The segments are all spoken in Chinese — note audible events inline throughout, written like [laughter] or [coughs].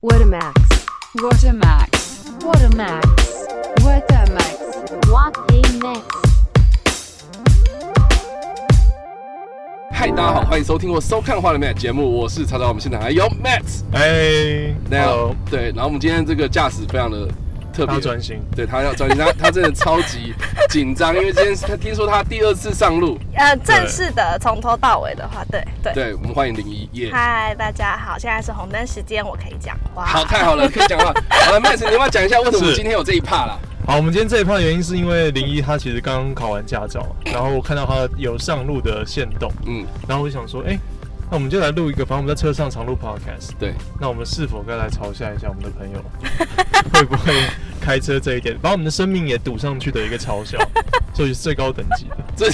What a max. What a max. What a max. What a max. What a max. 嗨，大家好，欢迎收听或收看《花了 Max》节目，我是查查，我们现场还有 Max。哎，那 Hello，对，然后我们今天这个驾驶非常的特他别，要专心，对他要专心， [laughs] 他他真的超级紧张，因为今天是他听说他第二次上路。呃，正式的从头到尾的话，对对。对，我们欢迎零一耶。嗨，大家好，现在是红灯时间，我可以讲话。好，太好了，可以讲话。好了，Max，你要不要讲一下为什么是今天有这一趴啦？好，我们今天这一趴的原因是因为零一他其实刚刚考完驾照，然后我看到他有上路的限动，嗯，然后我就想说，哎、那我们就来录一个，反正我们在车上常录 podcast，对，那我们是否该来嘲笑一下我们的 [laughs] 朋友，会不会开车这一点，把我们的生命也赌上去的一个嘲笑，所以是最高等级的， [laughs] 这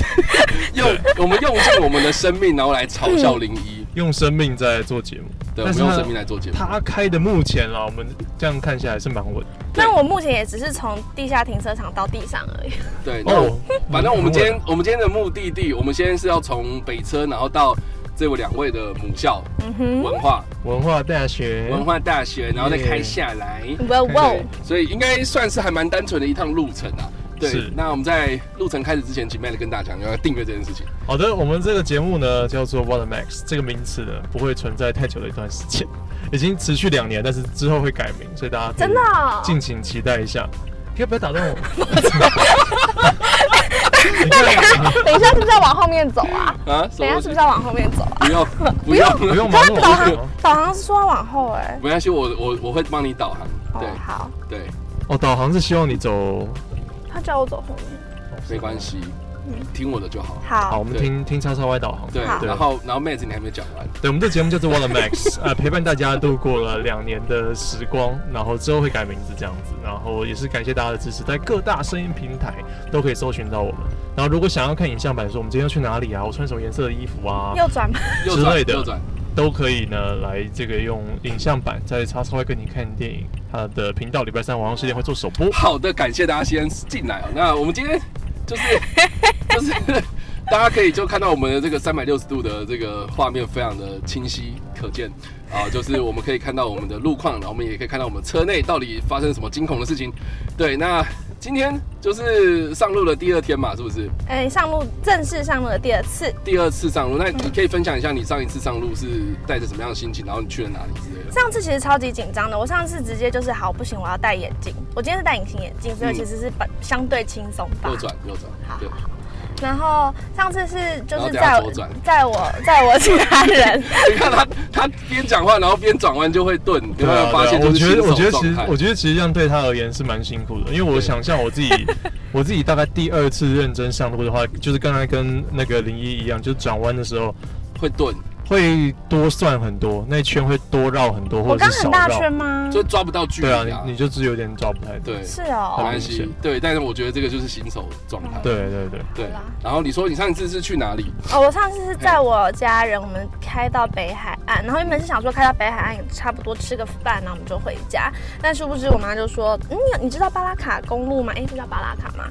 用我们用尽我们的生命，然后来嘲笑零一。用生命在做节目，对，我们嗯但是用他生命来做节目。他开的目前啦，我们这样看下来是蛮稳的，那我目前也只是从地下停车场到地上而 [laughs] 已。对，那我哦反正我们今天很我们今天的目的地，我们现在是要从北车，然后到这位两位的母校嗯哼，文化文化大学，文化大学，然后再开下来。哇哇哦对，所以应该算是还蛮单纯的一趟路程啊。对是，那我们在路程开始之前，请 Matt 跟大家讲，要订阅这件事情。好的，我们这个节目呢叫做 What a Max，这个名词呢不会存在太久的一段时间，已经持续两年，但是之后会改名，所以大家可以真的哦敬请期待一下。可以不要打断我。 [laughs] 你看， [laughs] 等一下是不是要往后面走 [laughs] 啊？啊，等一下是不是什要往后面走啊？么 [laughs] 东西不用不不用，用忙我导为什么航导航是说要往后哎、 [laughs] 没关系，我我我会帮你导航。哦，对好，对，哦，导航是希望你走。他叫我走后面。没关。系，听我的就好。好，好我，们对听听叉叉 Y 导航。对，嗯好然后然后妹子你还没讲完，对，我们这节目叫做 What a Max，呃， [laughs] 陪伴大家度过了两年的时光，然后之后会改名字这样子，然后也是感谢大家的支持，在各大声音平台都可以搜寻到我们。然后如果想要看影像版，说我们今天要去哪里啊，我穿什么颜色的衣服啊，右转吧。右之转类的右转，都可以呢来这个用影像版在叉叉 Y 跟你看电影，他的频道礼拜三晚上十点会做首播。好的，感谢大家先进来哦。那我们今天就是 [laughs] 就是大家可以就看到我们的这个三百六十度的这个画面非常的清晰可见啊、就是我们可以看到我们的路况，然后我们也可以看到我们车内到底发生什么惊恐的事情。对，那今天就是上路的第二天嘛，是不是？ [laughs] 哎、上路正式上路的第二次，第二次上路，那你可以分享一下你上一次上路是带着什么样的心情，然后你去了哪里之类的。上次其实超级紧张的，我上次直接就是好不行，我要戴眼镜。我今天是戴隐形眼镜，所以嗯其实是本相对轻松吧。右转，右转，对，然后上次是就然后等是下在左转在我在我家 [laughs] 人，你看他，他边讲话，然后边转弯就会顿，你有没有发现？我就是觉新手得，啊我觉得状其实态，我觉得其实这样对他而言是蛮辛苦的，因为我对想象我自己，我自己大概第二次认真上路的话，就是刚才跟那个零一一样，就是转弯的时候会顿，会多算很多，那一圈会多绕很多，我或者刚是少很大圈绕。吗？就抓不到距离对啊，啊你。你就是有点抓不太到。对，是没哦，关系很明。显对，但是我觉得这个就是新手状态。对对对，对好啦。然后你说你上一次是去哪里？哦，我上次是在我家人，我们开到北海岸，然后原本是想说开到北海岸也差不多吃个饭，然后我们就回家，但殊不知我妈就说，嗯，你你知道巴拉卡公路吗？哎，这叫巴拉卡吗？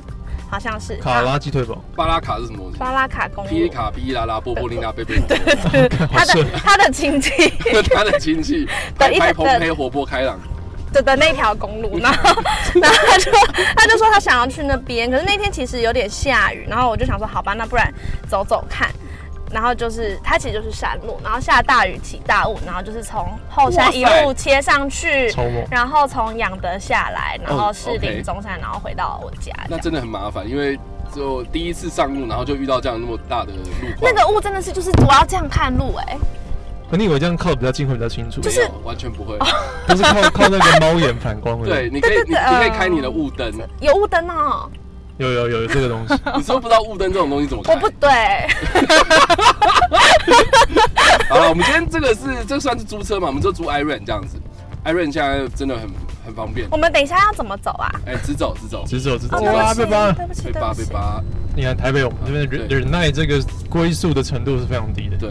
好像是卡啊拉鸡腿堡，巴拉卡是什么东西？巴拉卡公 [laughs] 皮里路，卡、皮拉拉、波波琳娜、贝贝，对，好他的顺。他的亲戚。 [laughs] 他的亲 [laughs] 戚，对拍一直拍蓬对佩活泼开朗，的的那条公路，然后然后他就他就说他想要去那边，可是那天其实有点下雨，然后我就想说好吧，那不然走走看。然后就是它其实就是山路，然后下大雨起大雾，然后就是从后哇山塞一路切上去超猛，然后从养德下来，然后是哦 OK 临中山，然后回到我家。这那样真的很麻烦，因为就第一次上路，然后就遇到这样那么大的路况，那个雾真的是就是我要这样看路哎、可你以为这样靠得比较近会比较清楚？没有完全不会。不是靠靠那个猫眼反光的。对，，你可以哦对你你对呃可以开你的雾灯，你有雾灯哦，有有有有这个东西。是不是不知道雾灯这种东西怎么开？我不对，好了，我们今天这个是这算是租车嘛？我们就租 iRent 这样子，iRent 现在真的很很方便。我们等一下要怎么走啊？哎、直走直走，啊直走直走，哦，八对八不八。起，对不起，被对扒不被起。扒，你看台北，我们这边的忍对忍耐这个归宿的程度是非常低的。对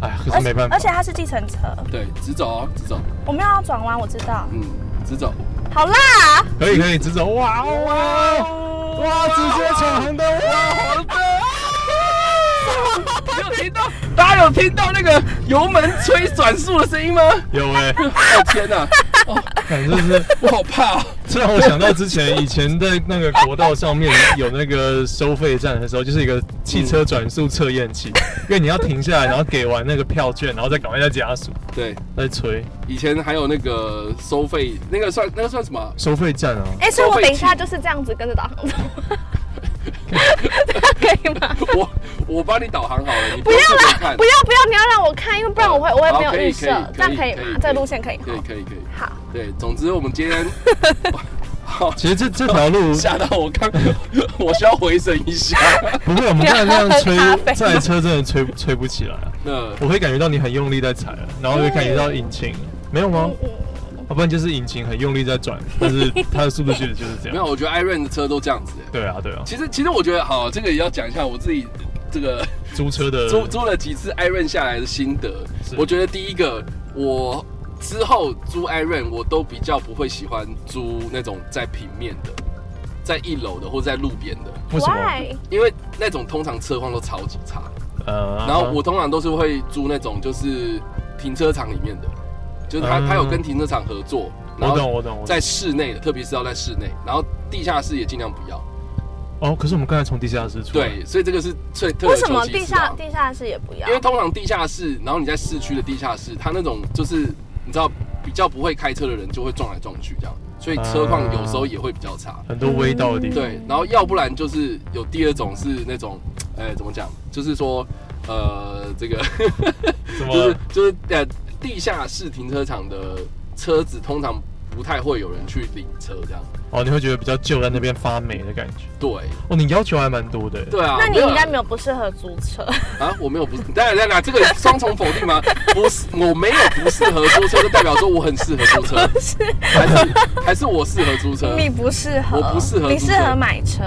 哎，可而是没办法而。且它是计程车，对，直走哦，直走，我们要转弯，我知道。嗯，直走，好啦，可以可以，直走，哇哇啊哇，直接闯红灯，哇！好的，你有听到？大家有听到那个油门吹转速的声音吗？有哎、哦天哪、感觉是我好怕、哦！这让我想到之前以前在那个国道上面有那个收费站的时候，就是一个汽车转速测验器，因为你要停下来，然后给完那个票券，然后再赶快再加速，对，再吹以前还有那个收费，那个算那个算什么啊？收费站啊。哎、所以我等一下就是这样子跟着 [laughs] 导航走，这样可以吗？我我帮你导航好了，你不要要自己啦，看不。要不要，你要让我看，因为不然我会我会没好可有以预设可以，这样可可以以可吗以？这个路线可以吗可以可以可以，好，对，总之我们今天好其实这这条路吓到我刚，我需要回神一下。不会，我们刚才那样吹不要喝咖啡，这台车真的吹吹不起来啊！那我会感觉到你很用力在踩了，然后会感觉到引擎没有吗？啊嗯要不然就是引擎很用力在转， [laughs] 但是它的速度确实就是这没样。有，我觉得 Iron 的车都这样子欸。对啊，对啊，其实其实我觉得好，这个也要讲一下我自己这个租车的租租了几次 Iron 下来的心得呃是。我觉得第一个，我之后租 Iron 我都比较不会喜欢租那种在平面的，在一楼的或者在路边的，为什么？ Why？因为那种通常车况都超级差。呃，然后我通常都是会租那种就是停车场里面的，就是他嗯他有跟停车场合作，然我懂，后我懂，我懂在。室内的，特别是要在室内，然后地下室也尽量不要。哦，可是我们刚才从地下室出来，对，所以这个是最特别为的什么求其地次啊下地下室也不要因？为通常地下室，然后你在市区的地下室，它那种就是你知道比较不会开车的人就会撞来撞去这样，所以车况有时候也会比较差。很多味道的地方。对，然后要不然就是有第二种是那种，呃，怎么讲？就是说，呃，这个什么就是就是呃，地下室停车场的车子通常不太会有人去领车这样。哦，你会觉得比较旧，在那边发霉的感觉。对哦，你要求还蛮多的。，对啊，那你应该没有有不适合租车，啊？我没有不 [laughs] 是，当然当然，这个双重否定吗？不是，我没有不适合租车，就代表说我很适合租车， [laughs] 是还是还是我适合租车？你呃不适合，我不适合你租适车合买车。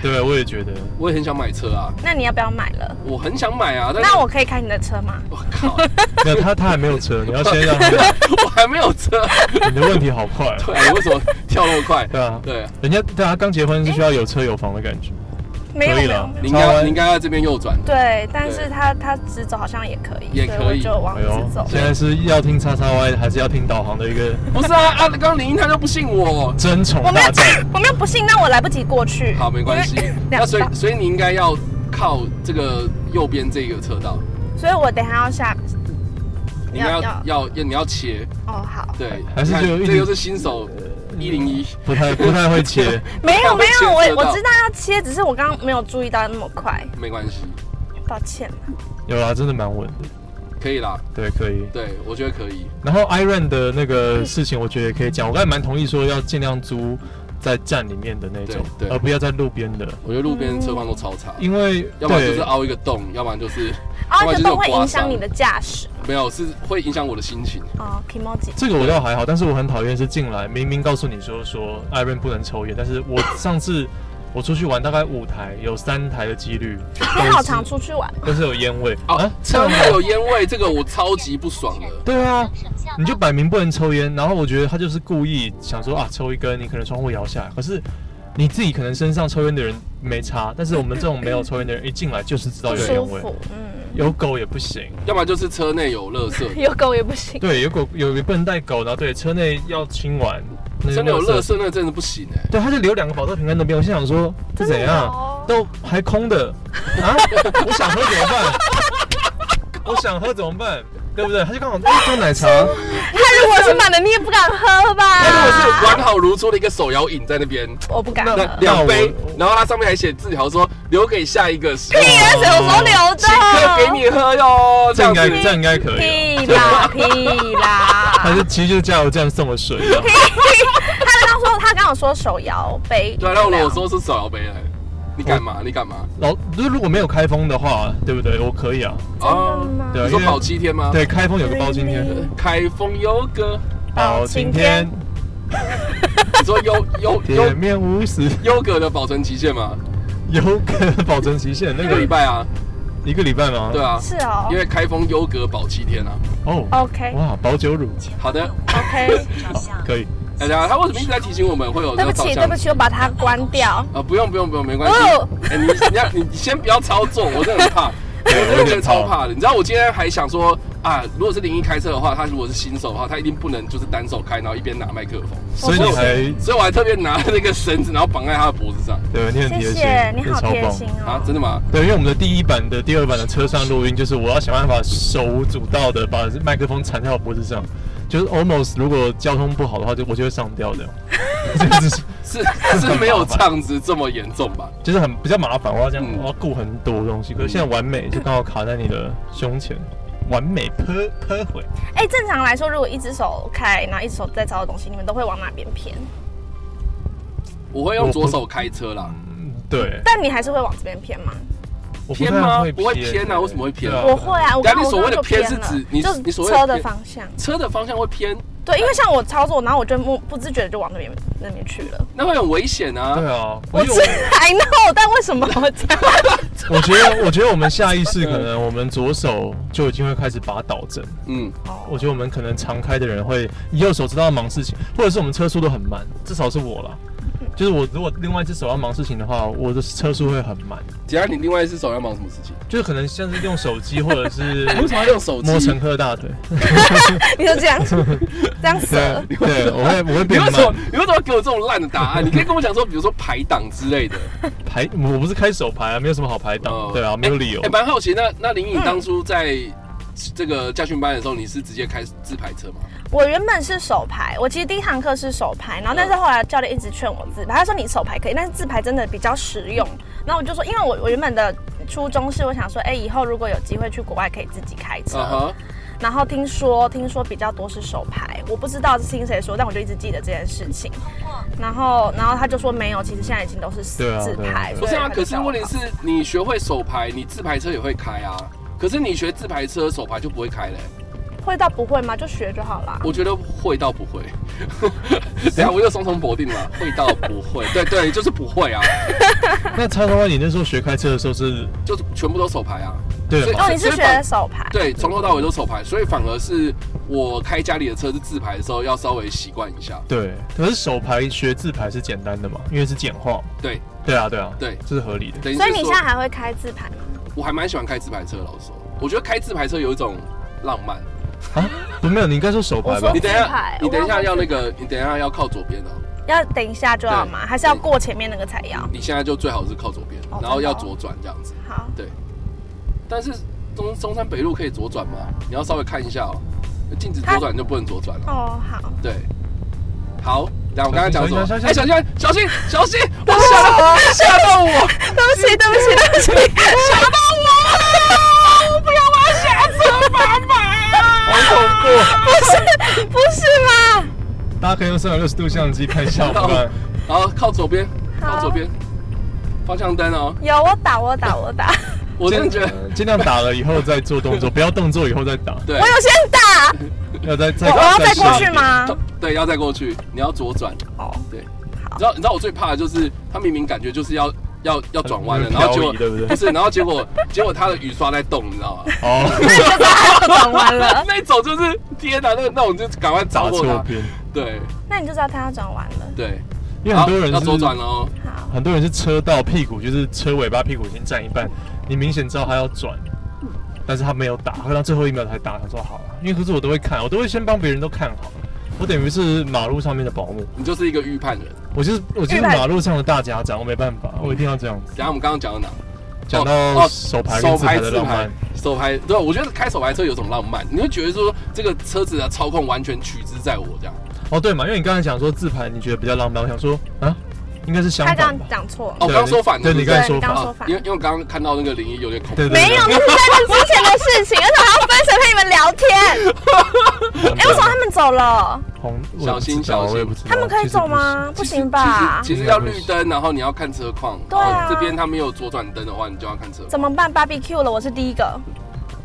对我也觉得。我也很想买车啊，那你要不要买了？我很想买啊，但是那哦我可以开你的车吗？我靠，没有他，他还没有车，你要先让他。 [laughs] 我还没有车，你的问题好快、啊。对，你为什么跳那么快？对啊，对，人家对啊，刚结婚是需要有车有房的感觉。没有可以没有啦没有。你应该你应该在这边右转，对，但是他他直走好像也可以，也所以我可以就往哎直呦，走。现在是要听叉叉 Y 还是要听导航的一个不是啊啊！刚刚林英他就不信我，争宠我没有大战？，我没有不信，那我来不及过去。好，没关系因为。那 [laughs] 两所以道所以你应该要靠这个右边这个车道，所以我等一下要下。你应该要要要要你要切，哦，好，对，还你是看就一直这又是新手一零一，不太不太会切。没有没有，牵扯我到我知道要切，只是我刚刚没有注意到那么快，没关系，抱歉。有啦，真的蛮稳的。可以啦，对，可以。对我觉得可以，然后 Iron 的那个事情，我觉得也可以讲。我刚才蛮同意说要尽量租在站里面的那种，对对而不要在路边的，我觉得路边车况都超差，因为要不然就对是啊凹一个洞，要不然 [laughs] 就是要不哦，然这就是有都会刮影响伤你的驾驶没有是会影响我的心情，哦 k i m o j i 这个我倒还好，但是我很讨厌是进来明明告诉你说说 Iron 不能抽烟，但是我上次我出去玩大概五台，有三台的几 [laughs] 率你好都是常出去玩吗，都是有烟味哦啊，，车内有烟味，这个我超级不爽的。对啊，你就摆明不能抽烟，然后我觉得他就是故意想说啊，抽一根，你可能窗户摇下来，可是你自己可能身上抽烟的人没差，但是我们这种没有抽烟的人一进来就是知道不有舒烟味，服，嗯，有狗也不行，要么就是车内有 [laughs] 垃圾，有狗也不行。对，有狗有不能带狗，然后对车内要清完，那些车内有垃圾垃圾那真的不行哎、对，他就留两个保特瓶在那边，我心想说这怎真的样有哦，都还空的啊， [laughs] 我想喝怎么办？我想喝怎么办？对不对？他就刚好哎，喝奶茶，他如果是满的，你也不敢喝它如果是吧？完好如初的一个手摇饮在那边，我不敢那喝。那那两我杯，然后它上面还写字条说留给下一个使用，屁啊，什么时候留请客给的？你喝哟，这这样子应该。 [laughs] 这应该可以。啊屁啦屁啦！ [laughs] 还是其实就是加油站送的水，啊 [laughs] 他刚说他刚有说手摇杯饮对料，啊，那我说是手摇杯嘞，你干嘛？你干嘛？老就是如果没有开封的话，对不对？我可以啊，哦，对啊，你说因为保七天吗？，对开封有个包青天，开封优 [laughs] 格，包青天你说优优优铁面无私，优格的保存期限吗？有可保存期限，那一个礼个拜啊，一个礼拜吗？对啊，是哦因为开封优格保七天啊。哦 OK 哇，保酒乳，好的， ，OK。好，可以。大家，他为什么一直在提醒我们会有对这不个照起，相？对不起，我把它关掉。呃啊，不用不用不用，没关系哦。 [laughs] 哎、你你要你先不要操作，我真的很怕。没对，我有我觉得点超怕。怕的。你知道我今天还想说啊，如果是林一开车的话，他如果是新手的话，他一定不能就是单手开，然后一边拿麦克风。所以你还所以我还特别拿那个绳子，然后绑在他的脖子上。对，你很贴谢心，谢，你好超贴棒心啊哦，。真的吗？对，因为我们的第一版的、第二版的车上录音，就是我要想办法手舞足蹈的把麦克风缠在我脖子上，就是 almost 如果交通不好的话，就我就会上吊的，就是是是没有这样子这么严重吧？就是很比较麻烦，我要这样嗯我要顾很多东西，可是现在完美就刚好卡在你的胸 [laughs] 前，完美 per per 回，哎，正常来说，如果一只手开，然后一只手在操的东西，你们都会往哪边偏？我会用左手开车啦。嗯，对，但你还是会往这边偏吗？我不偏太吗会不会偏啊为什么会偏对我会啊，我等下你刚我所刚谓刚的就偏偏是了指你你所就谓的车的偏方向。车的方向会偏，对，因为像我操作，然后我就不不自觉的就往那边那边去了。那会很危险啊对。啊，我因为知欸 [laughs] I know，但为什么我这样？ [laughs] 我 [laughs] 觉得，我觉得我们下意识可能我们左手就已经会开始把它导正。嗯，我觉得我们可能常开的人会右手知道忙事情，或者是我们车速都很慢，至少是我啦。就是我如果另外一只手要忙事情的话，我的车速会很慢，姐安，你另外一只手要忙什么事情？就是可能像是用手机或 [laughs] 者是你为什么要用手机？哎摸乘客的大腿。你就这样这样折对， [laughs] 对，我会我会你变为什么慢。你为什么给我这种烂的答案？你可以跟我讲说，比如说排档之类的。排我不是开手排啊，没有什么好排档哦，对啊，没有理由哎，。蛮好奇，那那林嗯颖当初在这个驾训班的时候，你是直接开自排车吗？我原本是手排，我其实第一堂课是手排，然后但是后来教练一直劝我自排，他说你手排可以，但是自排真的比较实用。然后我就说，因为我我原本的初衷是我想说，哎、以后如果有机会去国外可以自己开车。啊哈，然后听说听说比较多是手排，我不知道是听谁说，但我就一直记得这件事情。然后然后他就说没有，其实现在已经都是自对啊自对啊排。对啊不是啊，所以他可就是叫我问题考是你学会手排，你自排车也会开啊。可是你学自排车，手排就不会开嘞、会到不会吗？就学就好啦。我觉得会到不会， [laughs] 等一下我又双重否定了，会到不会，对对，就是不会啊，那叉叉 Y，你那时候学开车的时候是，就是全部都手排啊，对所以嘛哦，你是所以反学手排？对，从头到尾都手排，所以反而是我开家里的车是自排的时候，要稍微习惯一下。对，可是手排学自排是简单的嘛，因为是简化。对对啊，对啊，对这是合理的。等于所以是你现说在，还会开自排吗？我还蛮喜欢开自排车，的，老实说，我觉得开自排车有一种浪漫。啊，不没有，你应该说手排我说吧你。等一哦自下排，你等一我下刚要刚那个，你等一下要靠左边哦，要等一下就要吗？对嗯还是要过前面那个才要？你现在就最好是靠左边哦，然后真的要哦左转这样子。好，对，但是中中山北路可以左转吗？你要稍微看一下哦，禁止左转就不能左转了。哦好，对，好，来我刚刚讲什么？哎，小小心，小心，小 [laughs] 心！我吓到，吓到我！对不起 [laughs] 对不起对不起，吓到我了！不要把我吓死，妈妈！好恐怖！不是不是吗？大家可以用三百六十度相机看一下 [laughs] 我们哦的好，靠左边，好靠左边，方向灯哦。 [laughs] 有我打我打我打，我真的觉得，呃尽量打了以后再做动作，不要动作以后再打，对我，有先打，要再再我我要再试过一去遍？吗？对，要再过去，你要左转。哦，对，你知道，你知道我最怕的就是他明明感觉就是要要要转弯了，然后结漂果移对不对不是，然后结果结果他的雨刷在动，你知道吗？，哦，那就是还要转弯了 [laughs] 那种就是天哪，那那我们就赶快打找过错他。边，对那你就知道他要转弯了。对，因为很多人好要左转是哦。好，很多人是车到屁股，就是车尾巴屁股已经占一半，你明显知道他要转，但是他没有打，他到最后一秒才打，他说好了，因为可是我都会看，我都会先帮别人都看好，我等于是马路上面的保姆，你就是一个预判人。我就是我就是预判马路上的大家长，我没办法，我一定要这样子。等一下我们刚刚讲到哪？讲哦到哦手牌跟自牌的浪漫，手牌对，啊我觉得开手牌车有种浪漫，你会觉得说这个车子的啊操控完全取之在我这样。哦对嘛，因为你刚才讲说自牌你觉得比较浪漫，我想说啊，应该是相他反刚吧刚。讲错了。哦，我刚刚说反了，对你刚才说对你刚法，说反因为因为我刚刚看到那个林一有点恐怖。对对对，没有，那是在这之前的事情，而且还要分神陪你们聊天。哎、为什么他们走了？红小心小心我也哦不知道他们可以走？吗？不其实行吧？其实其实要绿灯，然后你要看车况。哦对啊然后这边他没有左转灯的话，你就要看车 [laughs] 况。怎么办？BBQ 了，我是第一个。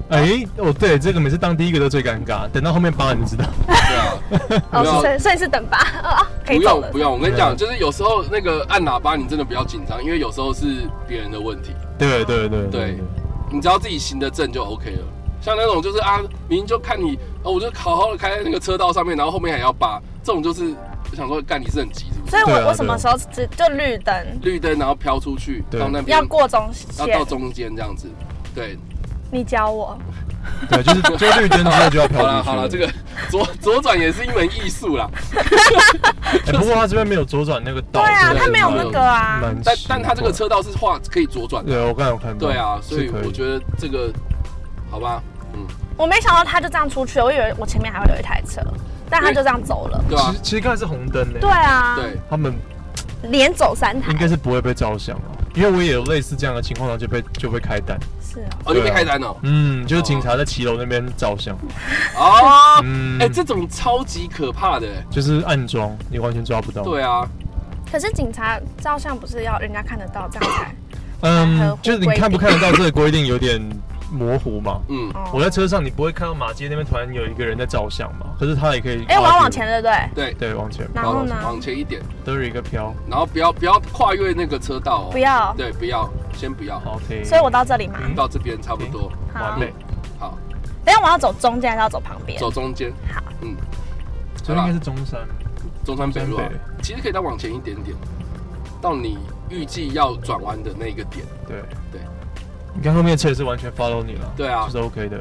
哎、哦对，这个每次当第一个都最尴尬，等到后面扒你就知 [laughs] 道。对啊？哦，不要是所以所以是等吧？ [laughs] 哦，可以不走用了。不用，我跟你讲，对就是有时候那个按喇叭，你真的不要紧张，因为有时候是别人的问题，对对对对你只要自己行得正就 OK 了。像那种就是啊，明明就看你，哦，我就好好的开在那个车道上面，然后后面还要扒，这种就是我想说，干你是很急是不是？所以我、对啊对啊我什么时候只就绿灯绿灯然后飘出去对到那边要过中要线到？中间这样子，对，你教我，对，就是就是绿灯之后就要 [laughs] 飘好出去了好了，这个左左转也是一门艺术啦，哎不过他这边没有左转那个道，对啊，真的他是没有那个啊，蛮但奇但他这个怪车道是画可以左转的，哦对我刚才有看到，对啊，所以是可我觉得这个好吧，嗯，我没想到他就这样出去了，我以为我前面还会有一台车，但他就这样走了。对啊吧其实？其实刚才是红灯呢，对，啊，对，他们连走三台应该是不会被照相啊，因为我也有类似这样的情况，然后就被就被开单，是哦，哦，你被开单哦，啊嗯，就是警察在骑楼那边照相，哦，嗯，哎，这种超级可怕的，就是暗装，你完全抓不到，对啊，可是警察照相不是要人家看得到这样才？嗯，就是你看不看得到这个规定有点模糊嘛。嗯，哦我在车上，你不会看到马街那边突然有一个人在照相嘛？可是他也可以，哎、我要往前，了，对不对？对，对，往前，然后呢？往前一点，都有一个飘，然后不要不要跨越那个车道哦，不，要，对，不要，先不要，好嗯停，所以我到这里嘛。嗯到这边差不多，好完，美，好，等一下我要走中间还是要走旁边？走中间，好，嗯，这应该是中山，中山北路啊中山，其实可以再往前一点点，到你预计要转弯的那个点，对对。你看后面的车也是完全 follow 你了，对啊就是 OK 的，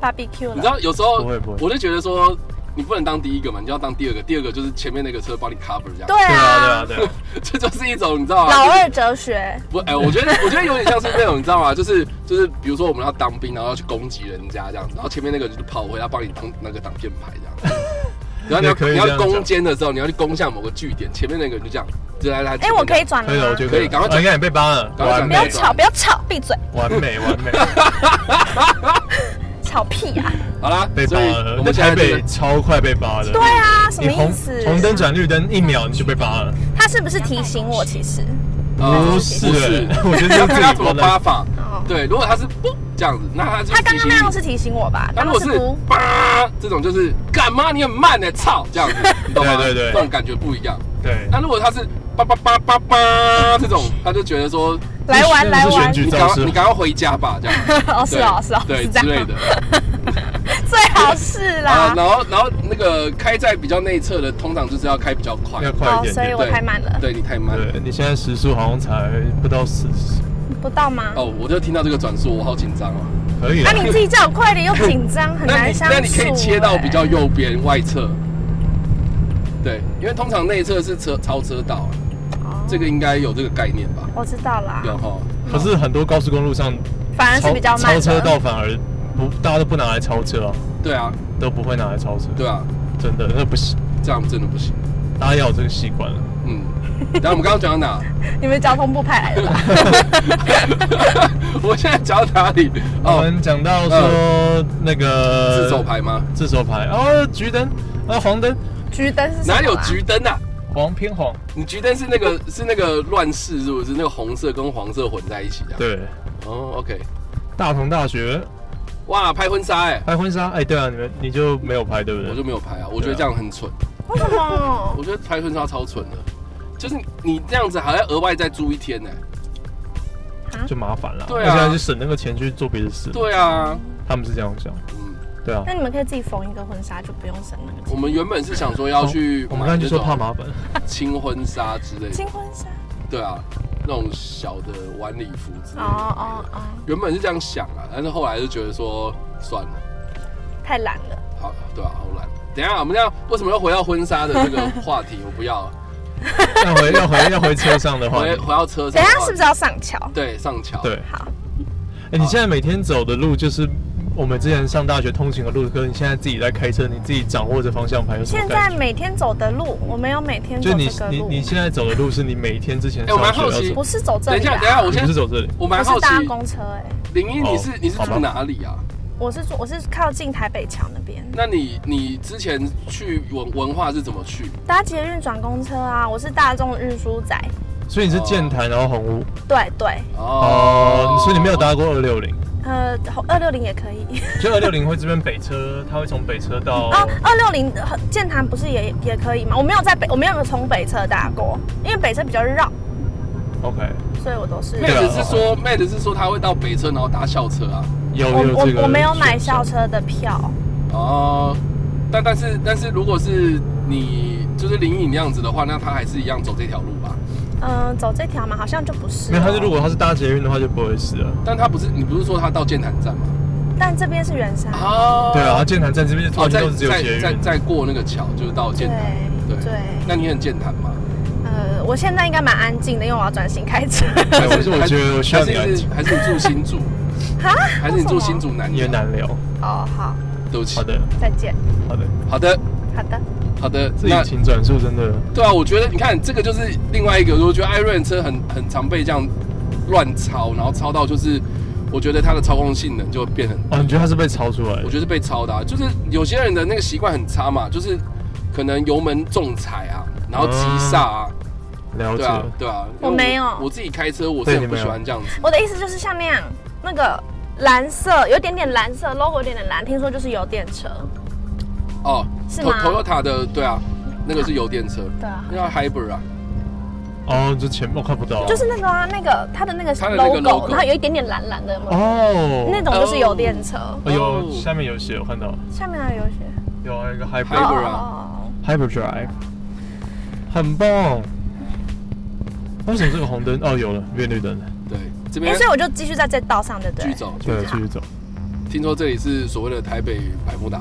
，BBQ 你知了。道有时候不会不会我就觉得说，你不能当第一个嘛，你就要当第二个，第二个就是前面那个车帮你 cover 这样。对对啊啊，对啊对 [laughs] 啊， [laughs] 这就是一种你知道吗？老就是二哲学，不，哎、我觉得我觉得有点像是那种你知道吗？就是就是比如说我们要当兵，然后要去攻击人家这样子，然后前面那个就是炮灰，他帮你当那个挡箭牌这 [laughs] 样。然后你也可以要你要这样讲攻坚的时候，你要去攻向某个据点，前面那个人就这样，就来来。哎、我可以转可以了，我了觉吗？得可以赶快啊你看你被扒了，赶快完转不美要吵，不要吵，闭嘴，完美完 [laughs] 美，吵屁啊！好啦，被扒所以了，我我们们台现在北北超快被扒的，对啊，什你么意红思？红灯转绿灯一秒你就被扒了，他是不是提醒我？其实，不是是，我觉得要是看自呃他己怎么扒扒的，法。哦，对，如果他是不这样子，那他就他刚刚那样是是提醒我吧？那如刚果刚是是不？叭这种，就是干妈你很慢呢，操这样子，你懂吗？对对对这种感觉不一样。对，那如果他是叭叭叭叭叭这种，他就觉得说来玩来是选玩，举你赶造快势你，赶快回家吧，这样。 [laughs] 哦是哦对是哦，对是之这类样，的。最好是啊啦，。然后然后那个开在比较内侧的，通常就是要开比较快要。快哦一，点所以点。我对太慢了，对你太慢了。对你现在时速好像才不到四十，不到吗？哦，我就听到这个转速，我好紧张哦。可以那了。你自己叫我快点，又紧张，很那难你相处。 [laughs] 那你可以切到哎比较右边外侧。对，因为通常内侧是车超车道啊，哦这个应该有这个概念吧？我知道啦，有哈。可是很多高速公路上嗯反而是超比较慢超车的。道反而不，大家都不拿来超车啊，对啊，都不会拿来超车，对啊，真的那不行，这样真的不行。大家要有这个习惯了。嗯，然后我们刚刚讲到哪？ [laughs] 你们交通部派来的吧？我现在讲到哪里？我哦，嗯们讲到说那个自走，牌吗？自走牌哦，橘灯啊，黄灯，橘灯是什么啊哪有？橘灯啊？黄偏黄，你橘灯是那个是那个乱世是不是？那个红色跟黄色混在一起的。。对，哦，OK。大同大学哇，拍婚纱哎、拍婚纱，哎，对啊，你们你就没有拍对不我对就？没有拍啊，我觉得这样很蠢。为什 [laughs] 么？我觉得拍婚纱超蠢的，就是你这样子还要额外再住一天欸呢、就麻烦了，对啊而且还是省那个钱去做别的事，对啊，他们是这样想，嗯，对啊那。你们可以自己缝一个婚纱，就不用省那个我钱。们原本是想说要去我们刚才就说怕买麻烦，那种轻婚纱之类的，新婚纱？对啊，那种小的晚礼服之类的。哦哦哦，原本是这样想啊，但是后来就觉得说算了，太懒了。好，对啊，好懒。等一下，我们要为什么要回到婚纱的这个话题？我不要啊 [laughs] 要回要回要回车上的话，回回到车上的等话一题。下是不是要上桥？对上桥？对，好，哎、你现在每天走的路就是我们之前上大学通勤的路，可是你现在自己在开车，你自己掌握着方向盘有什么现感在觉？每天走的路，我没有每天走就你这个你路，你现在走的路是你每天之前哎我上蛮学好要奇走，不是走这等一里下，啊，等一下，我你先不是走这里，我蛮我好是奇，搭公车哎，林一，哦你是你是好住吧哪里啊？我是住我是靠近台北桥那边，那你你之前去文文化是怎么去？搭捷运转公车啊，我是大众运输仔，所以哦你是剑潭然后红屋对对，哦、所以你没有搭过二六零，呃，二六零也可以。就二六零会这边北车，它会从北车到哦，二六零建潭不是也也可以吗？我没有在北，我没有从北侧搭过，因为北侧比较绕， OK，所以我都是。妹对子啊是说，妹子是说她会到北车，然后搭校车啊。有我有这个我我没有买选项校车的票，哦，但但是但是，如果是你就是林颖那样子的话，那她还是一样走这条路吧。嗯、走这条嘛，好像就不是哦。没有，它是如果它是搭捷运的话就不会是了，但她不是，你不是说她到剑潭站吗？但这边是圆山，啊对啊，，剑潭站这边哦，附近再都是只有再捷再运。再过那个桥就是到对剑潭，对对，那你很健谈 [laughs] 吗？呃，我现在应该蛮安静的，因为我要专心开车。 [laughs] 对我是我觉得我需要还你来是还是你住新竹？哈？还是你住新竹？竹南也寮？难聊。哦，好，对不起好，的，再见。好的，好的，好的，好的，这那引擎转速真的对啊，我觉得你看这个就是另外一个，我觉得艾瑞的车很很常被这样乱抄，然后抄到就是，我觉得它的操控性能就变很，哦，你觉得它是被超出来的？我觉得是被抄的、啊，就是有些人的那个习惯很差嘛，就是可能油门重踩啊，然后急刹啊，嗯了对啊解。，对啊，我没有我自己开车我是对你很不没有喜欢这样子，我的意思就是像那样，那个蓝色有点点蓝色，logo 有点点蓝，听说就是油电车。哦，是头吗头 o 塔的，对啊，那个是油电车，对啊，那叫 Hybrid 啊，哦，就前面我看不到。就是那个啊，那个它的那个它的那个 logo， logo 然后有一点点蓝蓝的，有没有哦，那种就是油电车。哎哦呦，下面有写，我看到下面还有一些有啊一个 Hybrid hybrid 啊哦 hybrid drive，很棒。为什么这个红灯？哦，有了，变绿灯了。对，这哦哎，边所以我就继续在这道上，对不巨对？啊走，对，继续走。听说这里是所谓的台北百慕达，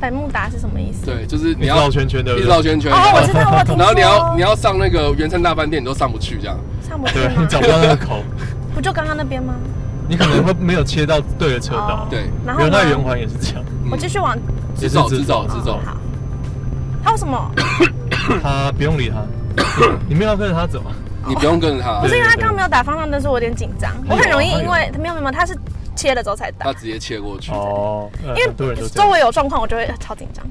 百慕达是什么意思？对，就是你你要绕圈圈的，一直绕圈圈，哦，我知道，我有听说。然后你要啊你要上那个圆山大饭店，你都上不去这样。上不去 [laughs] 对，你吗？找不到那个口，不就刚刚那边吗？你可能会没有切到对的车道。哦对，然后原来圆呢？环也是这样，嗯我继续往直走直走直走哦。好。还有什么？他不用理 [coughs] 他，你们要跟着他走。啊你不用跟着他对，不哦是因为他刚刚没有打方向灯，是我有点紧张。有我啊很容易因他为没有没有，他是切了之后才打他，直接切过去。哦，呃因很多为人都这周样。围有状况，我就会超紧张。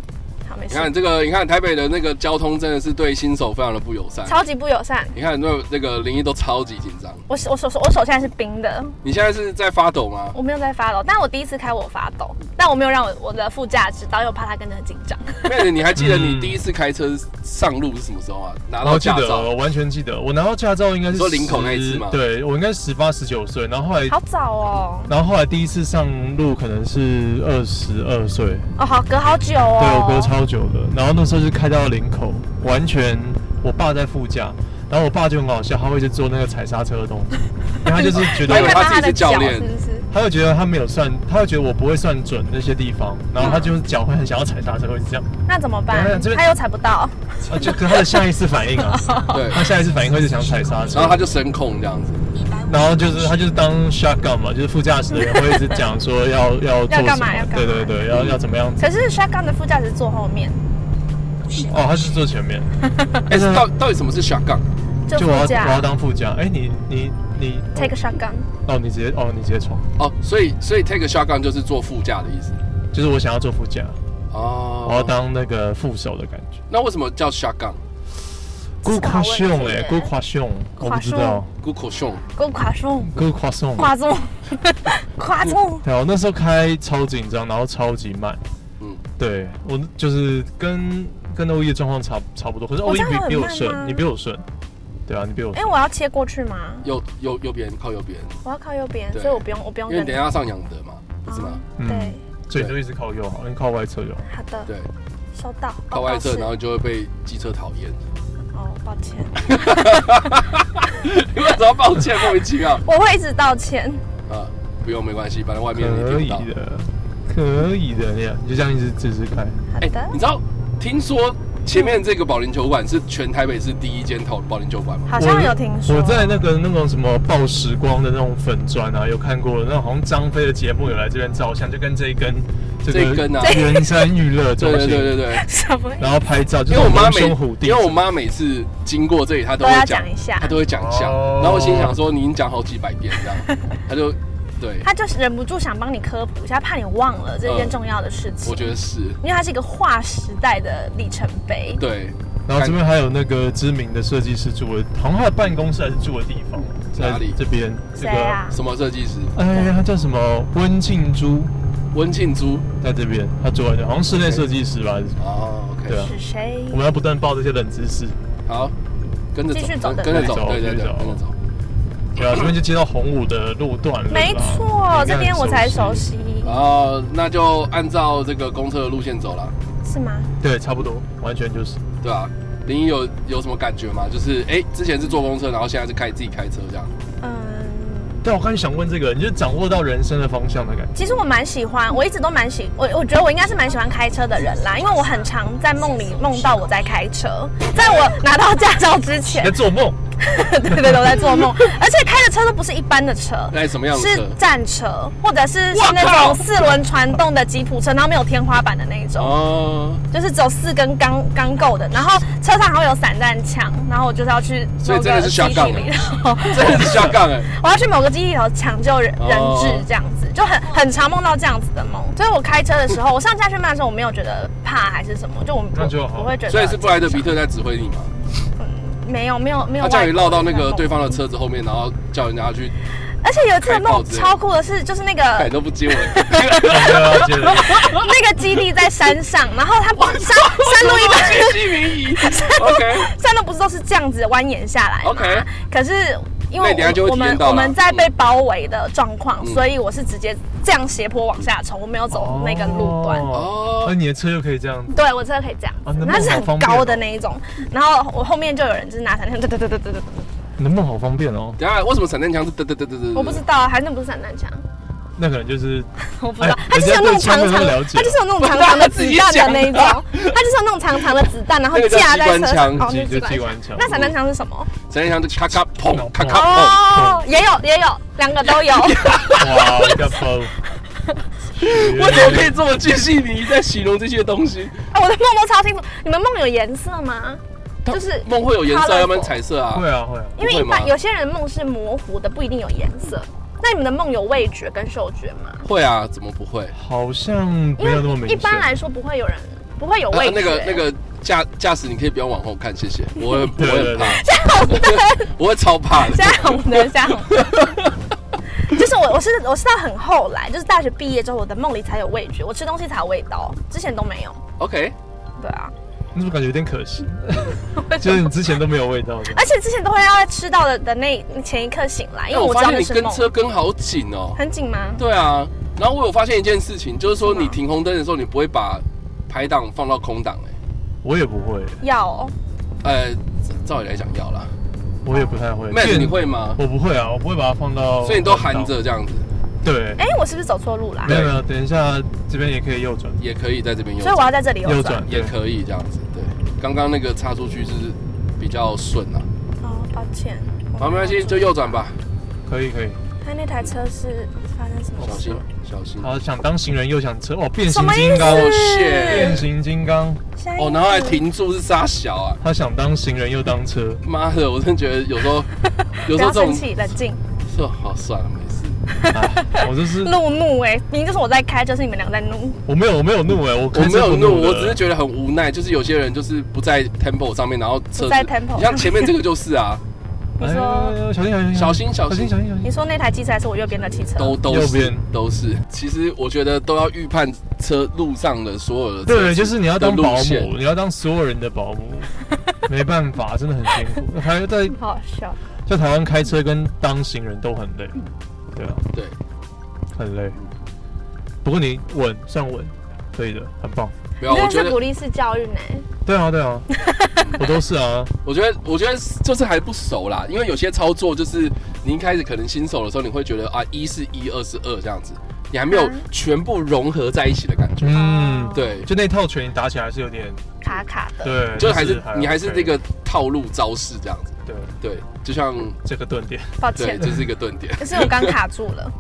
好，没你事。看这个，你看台北的那个交通真的是对新手非常的不友善。超级不友善。你看那那个林一都超级紧张。我手我手我手现在是冰的，你现在是在发抖吗？我没有在发抖，但我第一次开我发抖，但我没有让我我的副驾知道，因为我怕他跟着很紧 [laughs] 张。妹子，你还记得你嗯第一次开车上路是什么时候啊？拿然后到记驾得，哦照我完全记得，我拿到驾照应该是你说林口那一次10吗对，我应该十八十九岁，然后后来好早哦，然后后来第一次上路可能是二十二岁，哦好隔好久哦。对我隔超久的。然后那时候就开到林口，完全我爸在副驾，然后我爸就很好笑，他会去做那个踩刹车的动作，因为他就是觉得他以为看我到自己他的是教脚练是不是？他会觉得他没有算，他会觉得我不会算准那些地方，然后他就是脚会很想要踩刹车，会是这样，那怎么等一下办这？边他又踩不到，啊，就可他的下意识反应啊， [laughs] 对，他下意识反应会是想踩刹车，然后他就声控这样子。然后就是他就是当 shotgun 嘛，就是副驾驶 [laughs] 的人会一直讲说要要做要干什嘛么要，干嘛对对对，要要怎么样可是 shotgun 的副驾驶坐后面，嗯哦，他是坐前面，嗯哎，是到到底什么是 shotgun？就我要副我要驾当副驾，哎，你你你 take a shotgun。哦，你直接哦，你直接闯，哦，所以所以 take a shotgun 就是坐副驾的意思。就是我想要做副驾，我要哦，当那个副手的感觉。那为什么叫 shotgun？ Good 考问题 question 哎耶，Good question，我不知道古口凶，给我垮松， ，Good question。垮松， [laughs] [laughs] 垮松。对啊，我那时候开超紧张，然后超级慢。嗯，对我就是跟跟欧一的状况差差不多，可是欧一我这比样比很我慢吗顺，你比我顺。对啊，你比我因顺为。我要切过去嘛，右右右边靠右边，我要靠右边，对所以我不用我不用因为跟你等你一。下要上养德嘛，不是吗？嗯对，所以你就一直靠右好，你靠外侧右。好的，对，收到。靠外侧，哦然后就会被机车讨厌。哦，抱歉，你为什么抱歉？莫名其妙我会一直道歉。啊！不用，没关系，反正外面你可听以不到。的，可以的，你你就这样一直试试开。好哎、的你，知道，听说前面这个保龄球馆是全台北市第一间保保龄球馆吗？好像有听说。我在那个那种什么报时光的那种粉砖啊，有看过，那好像张飞的节目有来这边照相，就跟这一根这这一根啊圆山娱乐中对 [laughs] 对心，对对对，什么？然后拍照，就因是为我妈龙每兄虎弟，因为我妈每次经过这里，她都都会要讲讲一下她都会讲一下。哦然后我心想说，你已经讲好几百遍这样，她就对，他就是忍不住想帮你科普一下，怕你忘了这件重要的事情。我觉得是因为它是一个划时代的里程碑。对，然后这边还有那个知名的设计师住的，好像他的办公室还是住的地方，在哪里这边这谁个，啊？什么设计师哎，他叫什么？温庆珠，温庆珠在这边，他住在这，好像室内设计师吧。还是什么哦，OK，对啊是谁？我们要不断报这些冷知识，好，跟着继续走走，跟跟着着走，走对对继续对，走跟着走。对 [laughs] 啊，这边就接到洪武的路段了啦。没错，应该很这边我才熟悉。悉，然后那就按照这个公车的路线走了，是吗？对，差不多，完全就是。对吧、啊？林一有有什么感觉吗？就是哎、诶之前是坐公车，然后现在是开自己开车这样。嗯，对，我刚才想问这个，你就掌握到人生的方向的感觉。其实我蛮喜欢，我一直都蛮喜，我我觉得我应该是蛮喜欢开车的人啦，因为我很常在梦里梦到我在开车，在我拿到驾照之前你在，做 [laughs] 梦，哦对对对，我在做梦，而且开的车都不是一般的车，那是什么样的是车？战车，或者是哇是那靠种四轮传动的吉普车，然后没有天花板的那一种，哦，就是只有四根钢钢构的，然后车上还会有散弹枪，然后我就是要去所以某真的是个基地 shotgun [laughs] 里 [laughs] 头，真的是下杠哎！我要去某个基地里头抢救人人哦质这样子，就很很常梦到这样子的梦。所以我开车的时候，我上驾训班的时候，我没有觉得怕还是什么，就我那就好我我会觉得所以是布莱德比特在指挥你嘛？没有没有没有他外国人叫你绕到那这个样对梦，方的车子后面，然后叫人家去，而且有一次的开炮梦之类的超酷的是，就是那看个你都不接我。了解了解 [laughs] 那个基地在山上，[laughs] 然后它不山山路一般谢谢明仪。OK，山路不是都是这样子蜿蜒下来吗 OK 可是因那为你等下就会我我体验们到了我们在被包围的状况，嗯所以我是直接这样斜坡往下冲，我没有走那个路段。哦，而你的车又可以 [laughs] 这样子，对，我真的可以这样啊子，那它是梦好方很便哦高的那一种。然后我后面就有人就是拿闪电，对对对对对对，你的梦好方便哦。等一下为什么闪电枪是噔噔噔噔噔？我不知道嗯啊，还那不是散弹枪，那可能就是我不知道哎，它就是有那种长人家对枪没有那长么了，解啊它就是有那种长长的子弹的 [laughs] 那一种，他它就是有那种长长的子弹，然后那个叫架在机车关上枪，哦，那就是机关枪 [laughs] 那散弹枪是什么？闪电枪就咔咔砰咔咔哦，也有也有，两个 [laughs] 都有。哎哇，一个包。砰。[laughs] 为什么可以这么具细迷在形容这些东西？哎，我的梦都超清楚。你们梦有颜色吗？就是梦会有颜 colourful 色，要不然彩色啊。 [laughs] 会啊会啊，因为一不会吗般有些人梦是模糊的，不一定有颜色。那你们的梦有味觉跟嗅觉吗？会啊，怎么不会？好像没因有那么为明显。一般来说不会有人不会有味觉。啊那个 [laughs] 那，个驾驾驶，你可以不要往后看，谢谢。我会我会很怕，夏红灯，我会超怕的夏。红灯，夏红灯。 [laughs] 就是我，我是我是到很后来，就是大学毕业之后，我的梦里才有味觉，我吃东西才有味道，之前都没有。 OK，对啊，你怎么感觉有点可惜？就是你之前都没有味道的。而且之前都会要在吃到的的那前一刻醒来，因为哎我我知发道现那你是跟梦。车跟好紧哦。很紧吗？对啊，然后我有发现一件事情，就是说你停红灯的时候，你不会把排档放到空档我也不会，要、哦，哎、呃，照理来讲要啦。我也不太会。妹这子个你会吗？我不会啊，我不会把它放到。所以你都含。着这样子，对，哎、我是不是走错路啦没？有没有，等一下这边也可以右转。也可以在这边右所以我转，要在这里哦右右转转。也可以这样子。对，刚刚那个插出去是比较顺啊，哦，抱歉。好，没关系，就右转吧，可以可以。他那台车是发生什么小事心？小心。好，想当行人又想车，哦，变什形么意金思刚，？Oh shit 变形金刚，下一哦，然后还停住是傻小啊！他想当行人又当车。妈的，我真觉得有时 [laughs] 候，有不时候要这种生气，冷静。是好算了，没事。啊 [laughs] 我就是路怒哎、明明就是我在开，就是你们俩在怒。我没有我没有怒哎，我我开没车有不怒，的我只是觉得很无奈，就是有些人就是不在 tempo 上面，然后车子不在 tempo 你像前面这个就是 [laughs] 啊，你说哎小心小心小心小小心心小心小你心。说那台机车还是我右边的汽车？都都右是边都是。其实我觉得都要预判车路上的所有的车对，就是你要当的路保线姆，你要当所有人的保 [laughs] 姆，没办法，真的很辛苦。还有在好好笑。在台湾开车跟当行人都很累，对啊，对，很累。不过你稳算稳，可以的，很棒。没有，你我真的觉是得鼓励式教育呢、对啊 [laughs] 对啊，我都是啊，我觉得，我觉得就是还不熟啦，因为有些操作就是你一开始可能新手的时候，你会觉得啊，一是一，二是二这样子，你还没有啊全部融合在一起的感觉。嗯，对，就那套拳你打起来还是有点，卡卡的。对，就还是你 OK 还是这个套路招式这样子。对对，就像这个顿点，抱对，歉，这是一个顿点。可是我刚卡住了。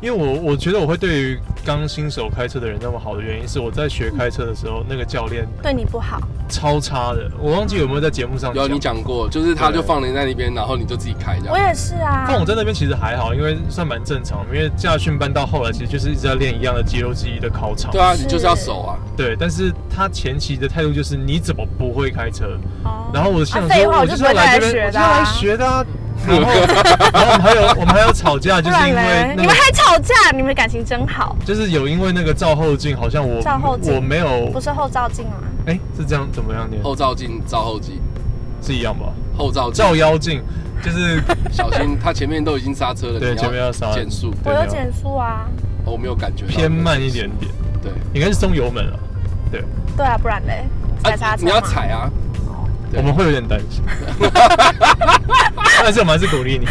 因为我我觉得我会对于刚新手开车的人那么好的原因是我在学开车的时候，那个教练对你不好，超差的，我忘记有没有在节目上有啊你讲过，就是他就对放你在那边，然后你就自己开这我样。也是啊。但我在那边其实还好，因为算蛮正常，因为驾训班到后来其实就是一直在练一样的肌肉记忆的考场。对啊，你就是要熟啊。对，但是他前期的态度就是你怎么不会开车？哦然后我想啊说，废话我我就就是不要会来这再边，我来学就的要来啊学的啊。然后， [laughs] 然后我们还有我们还有吵架，不就是然因为嘞，那你个们，还吵架，你们的感情真好，就是有因为那个照后镜，好像我照后镜我没有不，是后照镜啊吗？哎、是这样怎么样念？后照镜、照后镜、是一样吧？后照镜，照妖镜就是小心，他前面都已经刹车了，对你前面要刹减速。对我没有有减速啊。哦我没有感觉到偏慢一点点，对，应该是松油门了。对，对啊，不然嘞，踩刹啊车你要嘛踩啊。对我们会有点担 [laughs] 心，但是我们还是鼓励你。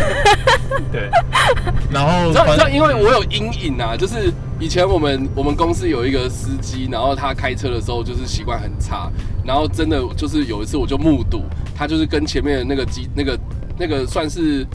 对，然后你知道，你知反道，正因为我有阴影啊，就是以前我们我们公司有一个司机，然后他开车的时候就是习惯很差，然后真的就是有一次我就目睹他就是跟前面的那个机那个那个算是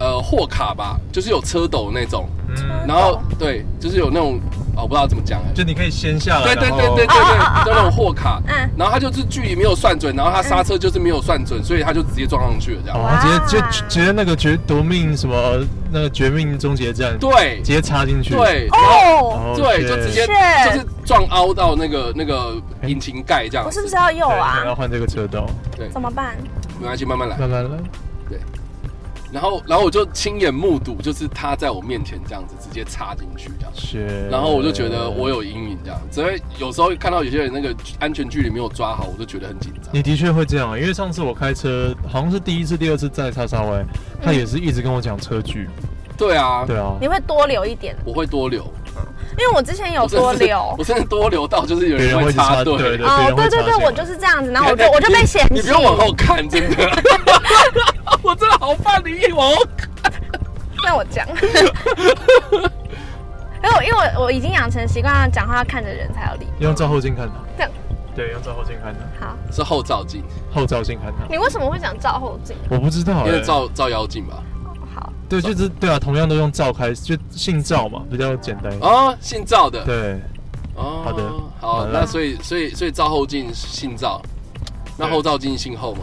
呃货卡吧，就是有车斗那种，嗯，然后对，就是有那种哦，我不知道怎么讲哎、就哦你可以先下来，对对然后对对对对，就那种货卡嗯，然后他就是距离没有算准，然后他刹车就是没有算准，所以他就直接撞上去了这样。嗯哦，他直接哇就直接那个绝夺命什么那个绝命终结战，对直接插进去，对，哦，哦，对，就直接 Shit 就是撞凹到那个那个哎引擎盖这样我是不子。是要对右可能要啊？换这个车道，对，怎么办？没关系，慢慢来。慢慢来，然后，然后我就亲眼目睹，就是他在我面前这样子直接插进去这样。是，然后我就觉得我有阴影这样，所以有时候看到有些人那个安全距离没有抓好，我就觉得很紧张。你的确会这样，啊因为上次我开车好像是第一次、第二次在叉叉 Y，他嗯也是一直跟我讲车距，对啊，对啊你，会多留一点，我会多留，因为我之前有我真的多是留我。真的多留到就是有别人人会会一直插插队。对对别哦，对对人会插对，进来我就是这样子， [laughs] 然后我就我就被嫌哎你弃不。用往 [laughs] 后看，真的，我真的好怕你一往后看。那我 [laughs] 讲，因为我因为我我已经养成习惯，讲话要看着人才有理。用照后镜看这他样，对，用照后镜看他，好，是后照镜，后照镜看他，你为什么会讲照后镜？我不知道、因为欸照照妖镜吧。好，对，就是对啊，同样都用照开，就姓赵嘛，比较简单。哦，姓赵的。对，哦，好的好好，的那所以所以所以照后镜姓赵，那对后照镜姓后嘛？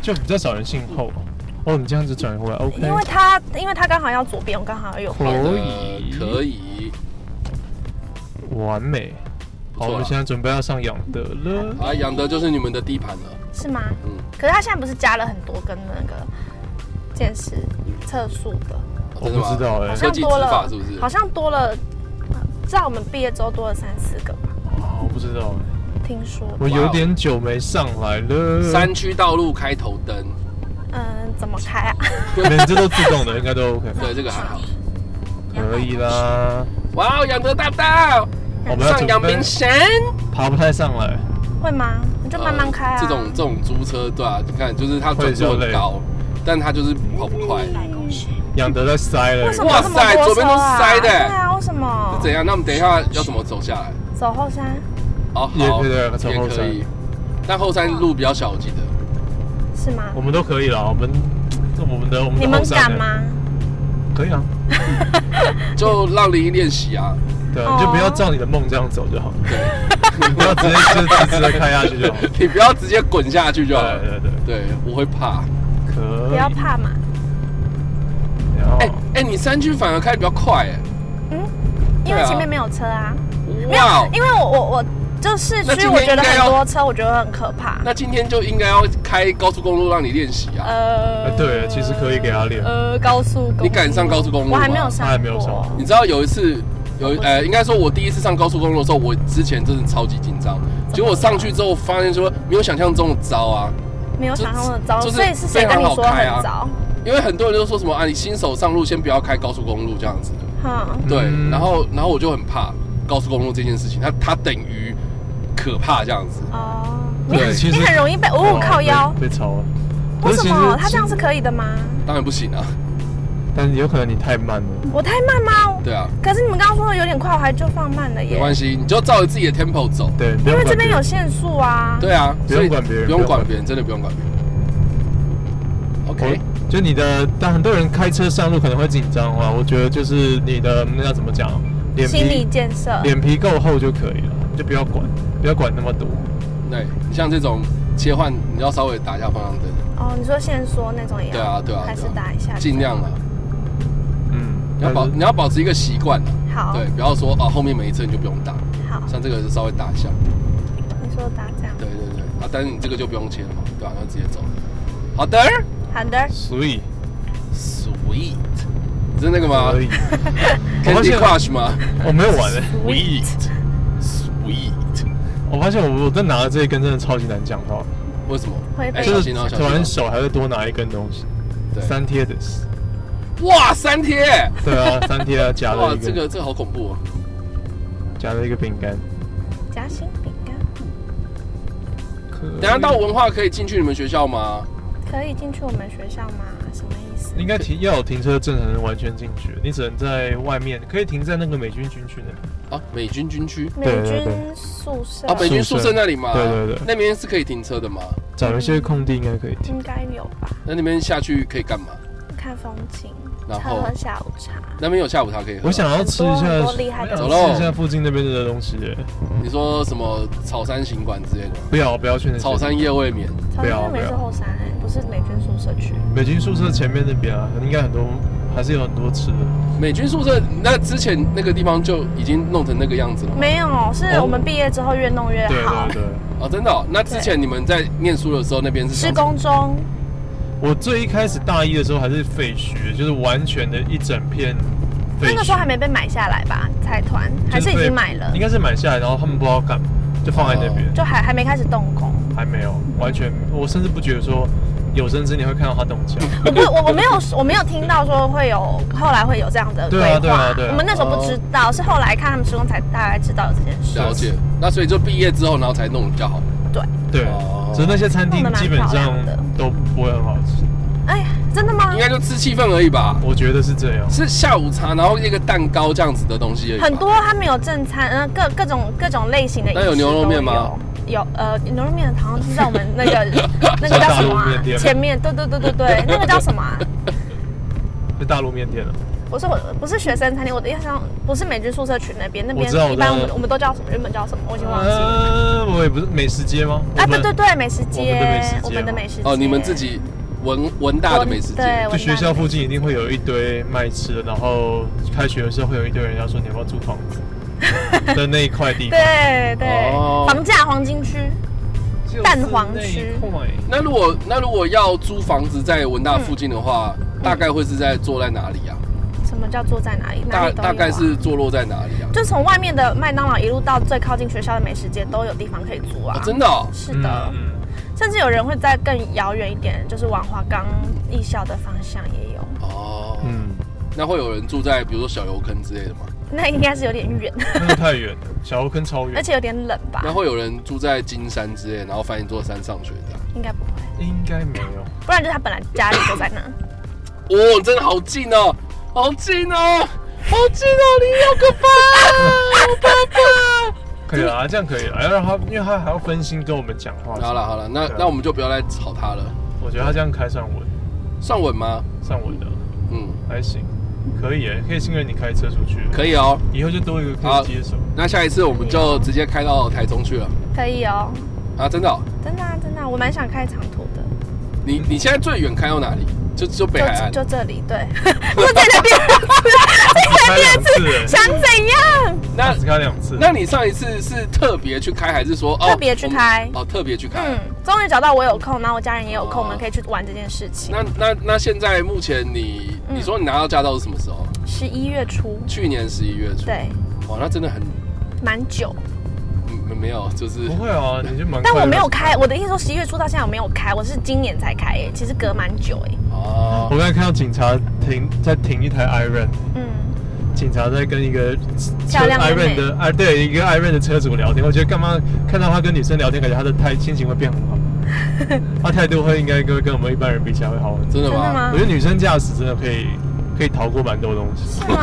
就比较少人姓后。哦，你这样子转过来，OK，因为他因为他刚好要左边，我刚好要右边。可呃以，可以，完美。不错好，啊我们现在准备要上养德了。啊，养德就是你们的地盘了。是吗？嗯可是他现在不是加了很多根那个见识测速的，哦我不知，道哎、好科像技多执法了，是不是好像多了，呃在我们毕业之后多了三四个吧，哦我不知欸道哎、听说。我有点久没上来了。真的吗山区道路开头灯，嗯，怎么开啊？ [laughs] 每这都自动的，应该都 OK，对，这个还好。可以啦。哇，哦，养德大道我们要上准阳备明山，爬不太上来，会吗？你嗯就慢慢开啊。呃这种这种租车对啊，你看就是它转速会就很累高，但它就是跑不快。嗯养德在塞了。为什么有这么哇塞多左边都车啊塞的对啊，为什么？怎样？那我们等一下要怎么走下来？走后山哦，也好，对对从后也可山以。但后山路比较小，我记得。是吗我？们都可以啦，我们我们的我们的你们后山敢呢？吗？可以啊，就让林一练习啊。 [laughs] 对啊，哦你就不要照你的梦这样走就好，对，你不要直接就直直的开下去就好。你不要直接滚下去就好对了。对对，对，我会怕。可以。不要怕嘛。然后哎、哎、你山区反而开得比较快哎、嗯，因对为啊前面没有车啊。没哇哦有，因为我我我就市那今区，天我觉得应该很要多车，我觉得很可怕。那今天就应该要开高速公路让你练习啊。呃哎对其实可以给他练呃，高速公路，你敢上高速公路吗我还没有上过，他还没有上你知道有一次有一呃，应该说我第一次上高速公路的时候，我之前真的超级紧张，结果上去之后发现说没有想象中的糟啊。没有想象的糟，就是所以是谁跟你说非常好开啊很糟？因为很多人都说什么啊，你新手上路先不要开高速公路这样子，哼，对，嗯然后然后我就很怕高速公路这件事情，它它等于可怕这样子，哦，你对很其实你很容易被哦靠腰，被被超了。为什么可他其实这样是可以的吗？当然不行啊，但有可能你太慢了。我太慢吗？对啊，可是你们刚刚说的有点快，我还就放慢了没耶，关系，你就照着自己的 tempo 走，对，因为不要管这别边有人限速啊。对啊，不所用以管别人不不用用管管别人，真的不用管别人。OK，我就你的，但很多人开车上路可能会紧张啊。我觉得就是你的那要怎么讲，脸心理皮建设，脸皮够厚就可以了，就不要管，不要管那么多。对你像这种切换，你要稍微打一下方向灯，哦，你说限缩那种也要，对啊，对啊，还是对啊打一下，尽量啊，嗯，你要保你要保持一个习惯啊，好，对，不要说啊后面每一次你就不用打，好，像这个就稍微打一下，你说打这样，对对对，啊，但是你这个就不用切了嘛，对吧、然后直接走，好的好的，所以，Sweet，你是那个吗可以，我发？Candy 现 Crush 吗我没有玩哎欸？Sweet，Sweet，我发现我我在拿的这一根真的超级难讲到，为什么？会被哎就小是心哦，小突然心手还会多拿一根东西，哦，三贴的是，对，哇，三贴，对啊，三贴啊，夹哇了，一这个个这个好恐怖哦，夹了一个饼干，夹心饼干，可等一下到文化可以进去你们学校吗？可以进去我们学校吗？什么意思？应该停要有停车证才能完全进去，你只能在外面，可以停在那个美军军区那边。啊，美军军区美对对军宿舍啊，美军宿宿舍舍那里吗？对对对那边是可以停车的吗？找一些空地应该可以停。应该有吧？那那边下去可以干嘛？看风景，然喝后喝下午茶。那边有下午茶可以喝。啊我，想要吃一下，很多很我多厉害的想走喽吃一下附近那边的东西耶。你说什么草山行馆之类的吗？不要不要去那些草山夜未眠，草不要莓不是要后山、欸，不是美军宿舍区。美军宿舍前面那边啊，应该很多还是有很多吃的。美军宿舍那之前那个地方就已经弄成那个样子了吗。没有，是哦我们毕业之后越弄越对好对。对，哦，真的、哦？那之前你们在念书的时候，那边是施长什么工中，我最一开始大一的时候还是废墟，就是完全的一整片废墟。那个时候还没被买下来吧？财团还就是已被经买了应，该是买下来，然后他们不知道干嘛，就放在那边，就还还没开始动 [laughs] 工。还没有完全，我甚至不觉得说有生之年会看到它动起来。我不，我我没有，我没有听到说会有后来会有这样的对啊规对啊划对啊。哦我们那时候不知道，是后来看他们施工才大概知道有这件事。了解。那所以就毕业之后，然后才弄得比较好。对，对哦，只是那些餐厅弄得蛮基本漂上亮的都不会很好吃，哎呀，真的吗应？该就吃气氛而已吧。我觉得是这样。是下午茶，然后一个蛋糕这样子的东西而已吧。很多他们有正餐，嗯、各各种各种类型的饮食那有牛肉面吗都有？有呃，牛肉面好像是在我们那个 [laughs] 那个叫大什么、陆啊面、店吗前面，对对对 [laughs] 对对，那个叫什么、啊？是大陆面店了，不是我不是学生餐厅，我的印象不是美军宿舍群那边，那边我知道我一知道般我们我们都叫什么？原本叫什么？我已经忘记了。呃，我也不是美食街吗？啊，我对们对，对，美食街，我我们们的的美美食食街，哦，你们自己文文大的美食街对，就文学旦校美附近一定会有一堆卖吃的，然后开学的时候会有一堆人要说你要不要租房 [laughs] 子的那一块地方，对对哦，房价黄金区，就是蛋黄那一区块那如果那如果要租房子在文大附近的话，嗯大概会是在坐在哪里啊？什么叫坐在哪里？哪大里都有啊大概是坐落在哪里啊？就从外面的麦当劳一路到最靠近学校的美食街都有地方可以租啊哦，。真的哦，是的，嗯甚至有人会在更遥远一点，就是往华冈艺校的方向也有。哦，嗯，嗯那会有人住在比如说小油坑之类的吗？那应该是有点 [laughs] 远，嗯那个太远了，小欧坑超而远，且有点冷吧那？会有人住在金山之类的，然后翻一座山上学这样？应该不会，应该没有。不然就是他本来家里就在那。哦，真的好近哦，好近哦，好近哦，你好可怕，我爸爸。可以了啊，这样可以了。要让他，因为他还要分心跟我们讲话。好了，好了，那对啊那我们就不要再吵他了，我觉得他这样开算稳，算稳吗？算稳的，嗯，还行，可以耶，可以信任你开车出去。可以，以哦。以后就多一个可以接手。那下一次我们就直接开到台中去了 [laughs] 可以哦，啊！真的哦、真的啊真的啊，我蛮想开长途的。你你现在最远开到哪里？就就北海岸。就就这里，对， [laughs] 不是这里的第开两次耶，想怎样？那只开两次。那你上一次是特别去开，还是说哦特别去开我们哦，特别去开。嗯，终于找到我有空，然后我家人也有空，哦我们可以去玩这件事情。那那那现在目前你、嗯你说你拿到驾照是什么时候？十一月初，去年十一月初。。对，哇，那真的很蛮久，嗯没有，就是不会啊，你就蛮快乐。但我没有开。我的意思说，十一月初到现在我没有开，我是今年才开、欸，其实隔蛮久哎、哦我刚才看到警察停在停一台 Iron，嗯，警察在跟一个车漂亮妹 Iron 妹的啊，对，一个 Iron 的车主聊天。我觉得干嘛看到他跟女生聊天，感觉他的态心情会变很 [laughs] 好，他态度会应该跟跟我们一般人比起来会好很多。真的真的吗？吗我觉？得女生驾驶真的可以可以逃过蛮多东 [laughs] 西。是吗？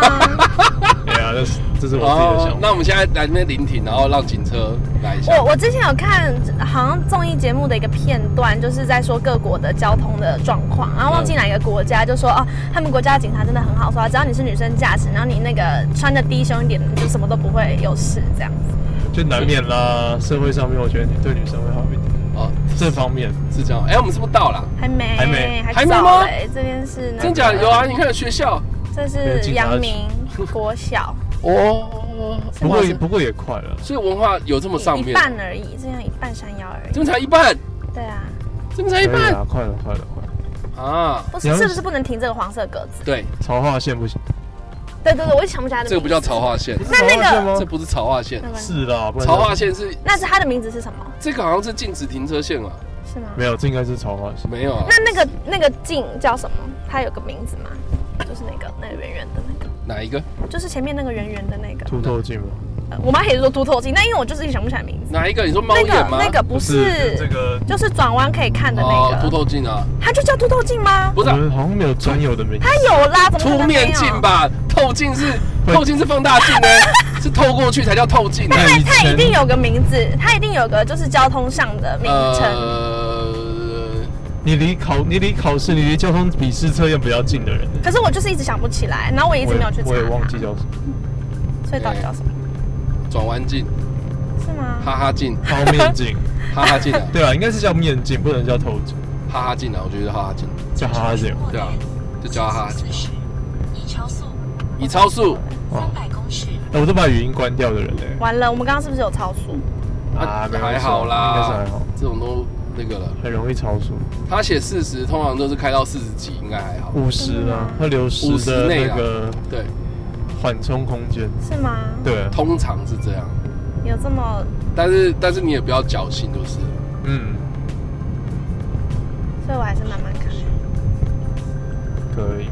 对啊，这是这是我自己的想法。哦那哦我们现在来这边临停，然后让警车来一下。我我之前有看好像综艺节目的一个片段，就是在说各国的交通的状况，然后忘嗯记哪个国家就说哦，他们国家的警察真的很好说，只要你是女生驾驶，然后你那个穿的低胸一点，你就什么都不会有事这样子。就难免啦，社会上面我觉得你对女生会好一点，哦，这方面是这样。哎、我们是不是到了？还没，还没还还没早欸吗嘞。这边是那个真假的有啊？你看有学校这是阳明国小，哦，不过也不过也快了。所以文化有这么上一面，半而已，这样一半山腰而已这。么才一半，对啊，这么才一可以半啊，快了，快了，快了！啊！不是阳明是不是不能停这个黄色格子？对，潮化线不行，对对对，我也想不起来它的名字。这个不叫潮化线，那那个潮化线吗这不是潮化线，没关系，是啦，不然潮化线是那是它的名字是什么？这个好像是禁止停车线啊，是吗？没有，这应该是潮化线。没有啊那？那个那个镜叫什么？它有个名字吗？就是那个那个圆圆的那个，哪一个？就是前面那个圆圆的那个凸透镜吗？呃我妈也是说凸透镜，但因为我就是想不起来名字。哪一个？你说猫那眼个吗？那个不是，这个，就是转弯可以看的那哦，个，嗯凸透镜啊，它就叫凸透镜吗？不是我啊们好像没有专有的名字它。有啦，怎么凸可能没有面镜？吧？透镜是会透镜是放大镜呢， [laughs] 是透过去才叫透镜呢。啊那它以它前一定有个名字，它一定有个就是交通上的名称。呃，你离考你离考试，你离交通笔试测验比较近的人，可是我就是一直想不起来，然后我一直没有去查我也我也忘它，记叫什么。所以到底叫什么？转弯镜，是吗？哈哈镜，凹面 [laughs] 镜，哈哈 [laughs] 镜啊，对啊，应该是叫面镜，不能叫头镜，哈哈镜啊，我觉得是哈哈镜，叫哈哈镜。对啊，就叫哈哈镜。已超速以超速，哇三，百公尺，哎我都把语音关掉的人嘞。完了，我们刚刚是不是有超速？啊，没关还系好应该是啦还好，，这种都那个了。很容易超速，他写四十，通常都是开到四十几，应该还好。五十啊，嗯会流失50的内那啊啊个对，缓冲空间。是吗？对，通常是这样，有这么，但是但是你也不要侥幸，就是了嗯，所以我还是慢慢看。可以，可以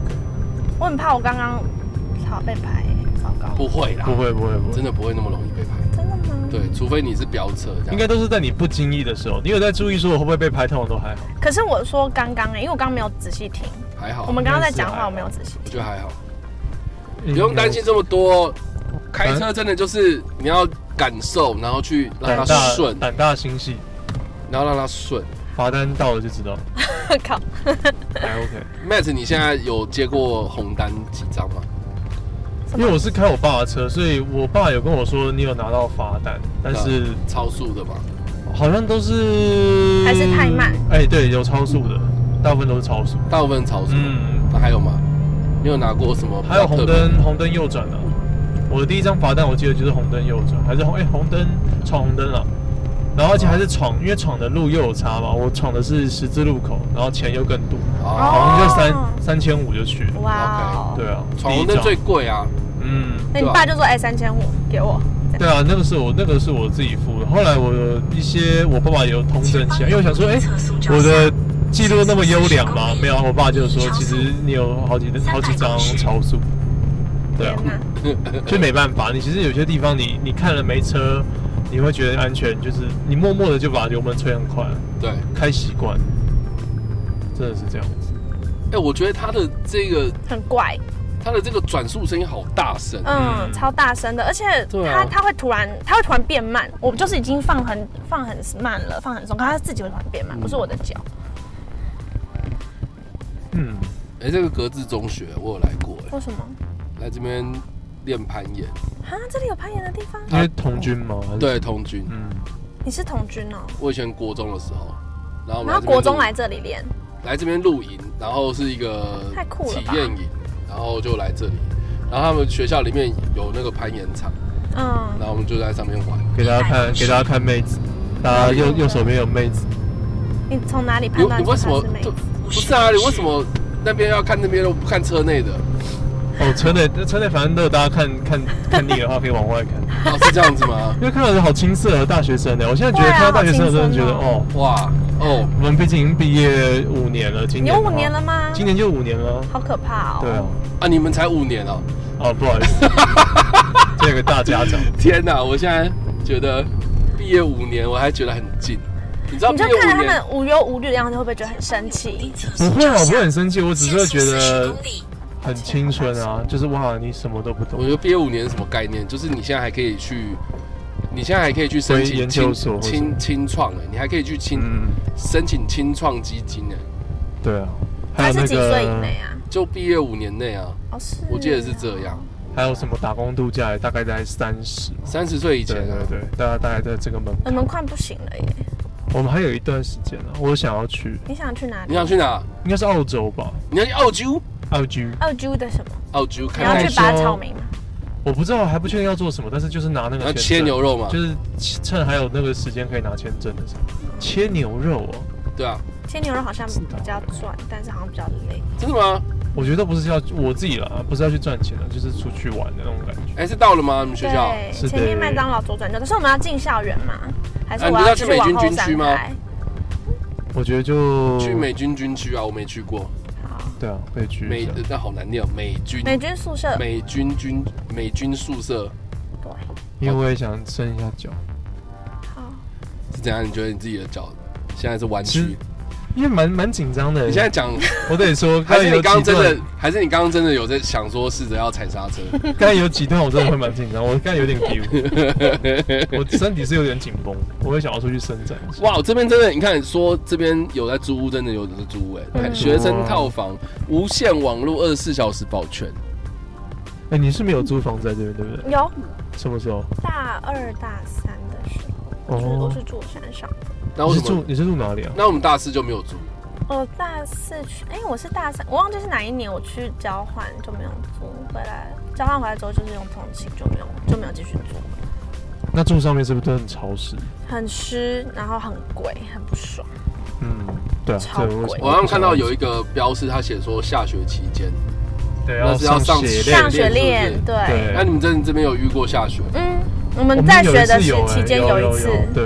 我很怕我刚刚吵被拍，糟糕，不会啦，不，会不会不啊真会，的不会那么容易被拍。真的吗？对，除非你是飙车这样。应该都是在你不经意的时候，你有在注意说我会不会被拍，通常都还好。可是我说刚刚哎，因为我刚刚没有仔细听，还好，我们刚刚在应讲该是还话，好我没有仔细听。我觉得还好，不用担心这么多。开车真的就是你要感受，然后去让它胆大顺，胆大心细，然后让它顺。罚单到了就知道，我 [laughs] 靠，还 OK。 Matt，你现在有接过红单几张吗？什因为么我是开我爸的车，所以我爸有跟我说你有拿到罚单，但是超速的吗？好像都是嗯还是太慢。哎、对，有超速的，大部分都是超速。大部分超速。嗯，那还有吗？你有拿过什么？还有红。灯，红灯右转啊。我的第一张罚单我记得就是红灯右转，还是红哎、红灯闯红灯了、然后而且还是闯，因为闯的路又有差嘛，我闯的是十字路口，然后钱又更多，哦，好像就三、哦三千五就去了。哇哦，对啊，闯红第一灯张最贵啊。嗯，那你爸就说哎三千五给我，对啊，那个是我那个是我自己付的。后来我有一些我爸爸也有通证起来，因为我想说，哎、我的记录那么优良吗？没有啊，我爸就说，其实你有好几好几张超速。对啊天，哪，就没办法。你其实有些地方你，你看了没车，你会觉得安全，就是你默默的就把油门吹很快，对，开习惯，真的是这样子。哎，我觉得他的这个很怪，他的这个转速声音好大声。嗯，嗯超大声的，而且对它啊它会突然它会突然变慢，我就是已经放很放很慢了，放很松，可它自己会突然变慢，不是我的脚。嗯，哎，这个格致中学我有来过，哎，为什么？来这边练攀岩，啊，这里有攀岩的地方？因为童军嘛，还是，对，童军。嗯，你是童军哦，我以前国中的时候，然后我们然后这边国中露来这里练，来这边露营，然后是一个太酷了体吧验营，然后就来这里，然后他们学校里面有那个攀岩场，嗯，然后我们就在上面玩。啊给大家看，给大家看妹子，大家右右手边有妹子，你从哪里你判断你出为什它么是妹就子？不是啊？你为什么那边要看那边，不看车内的？哦，车内车内反正都有，大家看看看腻的话可以往外看，？哦，是这样子吗 [laughs] 因为看到人好青涩的大学生呢，我现在觉得对啊看到大学生，我真好的青觉春得哦哦。哇哦，我们毕竟已经毕业五年了，今你年有的五话年了吗？今年就五年了，好可怕哦。对啊，啊，你们才五年哦！哦，不好意思，这有个大家长，天哪，我现在觉得毕业五年，我还觉得很近。你知道你毕就业看着五他年们无忧无虑的样子，会不会觉得很生气？不会啊，我不会很生气，我只是限会速觉40得公里，很青春啊，就是哇，你什么都不我懂觉，得毕业五年是什么概念？就是你现在还可以去，你现在还可以去申回请研究所清清清创哎，你还可以去清、嗯，申请清创基金哎，对啊，还他有是那几岁以个内啊？就毕业五年内啊，哦，是。我记得是这样，还有什么打工度假，大概在三十，嗯三十岁以对前啊对，对，大概大概在这个门，我们快不行了耶！我们还有一段时间啊，我想要去，你想去哪你里？想去哪？应该是澳洲吧，你要去澳洲？澳洲，澳洲哦的什么？澳洲你看要看来去拔说草莓吗？我不知道还不确定要做什么，但是就是拿那你要个切签证牛，肉啊嘛？就是趁还有那个时间可以拿签证的时候，切牛肉哦。对啊，切牛肉好像知道比较赚，但是好像比较累。真的吗？我觉得不是要我自己啦，不是要去赚钱的，就是出去玩的那种感觉。哎，是到了吗？你们学校？对，是的前面麦当劳左转就，可是我们要进校园嘛？还是啊你我不是要继去续美往军后军区展吗开？我觉得就去美军军区啊，我没去过。好，对啊，可以去一美下。，但好难念哦，美军 [laughs] 美军宿舍美军军美军宿舍。对，因为我也想伸一下脚，好，是怎样？你觉得你自己的脚现在是弯其实曲？因为蛮蛮紧张的。你现在讲，我得说， [laughs] 还刚才是有你刚刚几真段的，，还是你刚刚真的有在想说试着要踩刹车？刚才有几段我真的会蛮紧张，我刚才 [laughs] 有点丢，我身体是有点紧绷，我会想要出去伸展一下。哇，这边真的，你看说这边有在租屋，真的有人在租屋哎、嗯学生套房，无线网络，二十四小时保全。哎、你是没有租房子在这边对不对？有什么时候？大二大三的时候，就是我哦是住山上，那你为是什么住？哎你是住哪里啊？那我们大四就没有租，我哦大四去，哎，我是大三，我忘记是哪一年我去交换就没有租回来，交换回来之后就是用通勤就没有就没有继续租，那住上面是不是都很潮湿？很湿，然后很贵，很不爽。嗯，对啊，超这个贵我刚刚看到有一个标示，他写说下学期间。对那要是要上血练练上学是练不是，对，对那你们真的这边有遇过下雪？嗯，我们在学的时期间有有一次，对，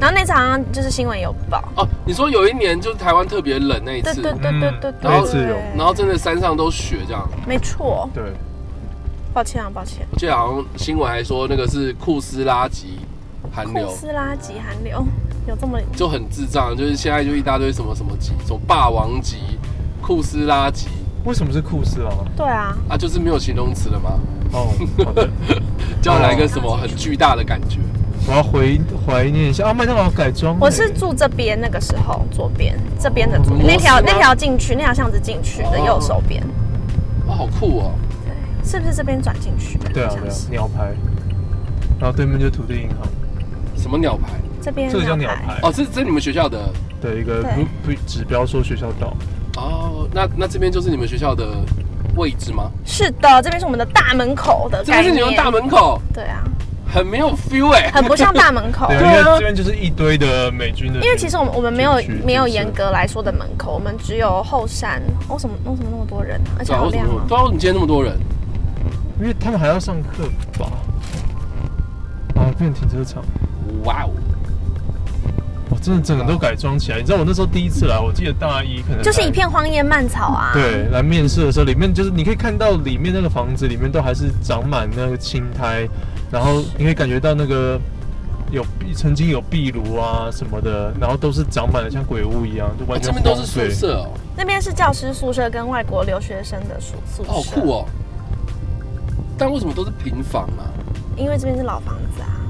然后那次好像就是新闻有报，哦，你说有一年就是台湾特别冷那一对次，对对对对对，然后是有然后真的山上都雪这样。没错，对，抱歉啊，抱歉，我记得好像新闻还说那个是库斯拉吉寒库流，斯拉级寒流有这么就很智障，就是现在就一大堆什么什么级，什么霸王级、库斯拉级为什么是库斯啊？对啊，啊，就是没有形容词了吗？哦，好 [laughs] 的，就要来个哦什么很巨大的感觉。我要回怀念一下啊，麦当劳改装欸、我是住这边那个时候左边这边的左嗯摩边斯那条吗那条进去那条巷子进去哦的右手边，哇，好酷哦！是不是这边转进去的？对啊好对像啊是，鸟牌，然后对面就土地银行，什么鸟牌？这边这个叫鸟鸟牌哦，这这是你们学校的对一个对不不指标说学校到，哦。那那这边就是你们学校的位置吗？是的，这边是我们的大门口的这边概是你们念，大门口，对啊，很没有 feel 哎、很不像大门口 [laughs] 对，啊，因为这边就是一堆的美军的军，因为其实我们我们没有进去没有就是严格来说的门口，我们只有后山。为、什么为什么那么多人啊？而且对啊，好为什亮么哦、对啊，为什么今天那么多人？因为他们还要上课吧。啊，变停车场，哇哦！哇，真的整个都改装起来。你知道我那时候第一次来，我记得大一可能就是来一片荒野蔓草啊。，对，来面试的时候，里面就是你可以看到里面那个房子里面都还是长满那个青苔，然后你可以感觉到那个有壁曾经有壁炉啊什么的，然后都是长满了像鬼屋一样，就啊完哎这全边都是荒宿废舍哦，那边是教师宿舍跟外国留学生的宿宿舍。好酷！哦。但为什么都是平房啊？因为这边是老房子啊，